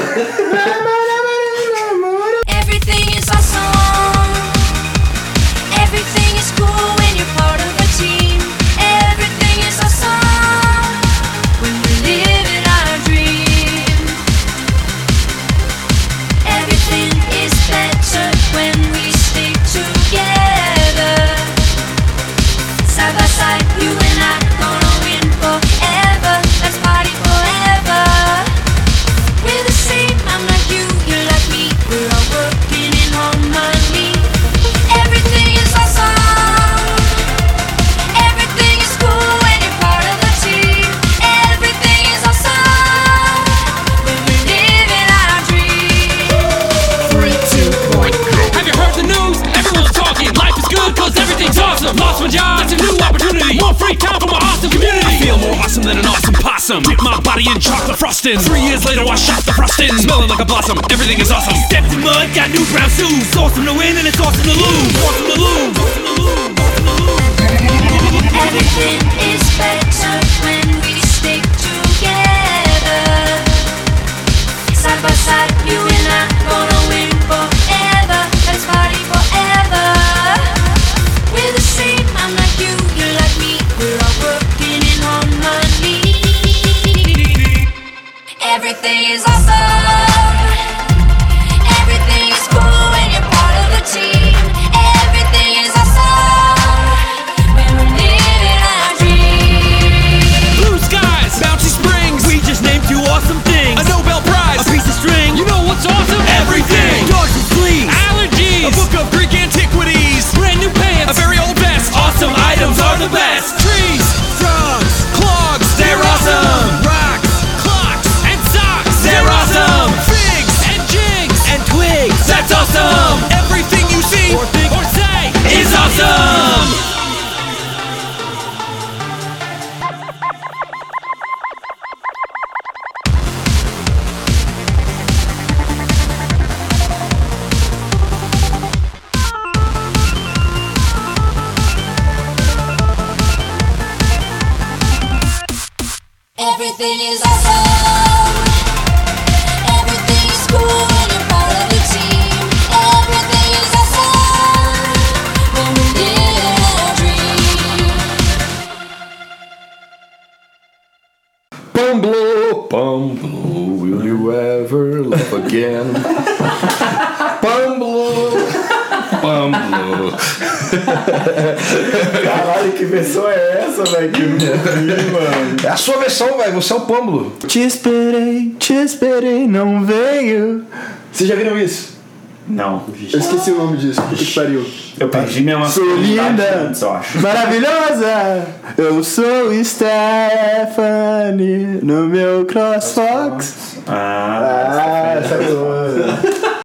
Speaker 8: Everything is awesome. Everything is cool when you're part of a team. Everything is awesome when we're living our dream. Everything is better when we stick together. Side by side, you and I gonna win forever. Let's party forever. We're the same, I'm like you, you're like me. We're all working in harmony. Everything is awesome. Everything is cool when you're part of the team. Everything is awesome when we're living our dream. Three, two, one, go.
Speaker 11: Have you heard the news? Everyone's talking. Life is good cause everything's awesome. Lost my job, that's a new opportunity. More free time for my awesome community. I feel more awesome than an awesome possum. Dip my body in chocolate frosting. Three years later, I shot the frosting. Smelling like a blossom, everything is awesome. Stepped in mud, got new brown shoes. Awesome to win and it's awesome to lose. Awesome to lose. Awesome to lose. Awesome to lose.
Speaker 8: Everything is better when we stick together. Side by side, you and I gonna win forever. Let's party forever. We're the same, I'm like you, you're like me. We're all working in harmony. Everything is awesome. Everything is cool when you're part of the team. Everything Everything is awesome. Everything is cool when you're part of the team. Everything is awesome when we live in a dream.
Speaker 2: Pão blow, pão blow, will you ever love again? pão blow, pão blow.
Speaker 1: Caralho, que versão é essa, velho? Que eu não vi, mano.
Speaker 2: É a sua versão, velho, você é o Pâmbulo.
Speaker 6: Te esperei, te esperei, não veio.
Speaker 2: Vocês já viram isso?
Speaker 1: Não.
Speaker 2: Eu esqueci o nome disso. Puta que pariu.
Speaker 1: Eu perdi minha
Speaker 6: Sou
Speaker 1: masculinidade
Speaker 6: linda.
Speaker 1: antes, eu acho.
Speaker 6: Maravilhosa! Eu sou Stephanie no meu CrossFox.
Speaker 1: Ah,
Speaker 6: Ah, essa é boa.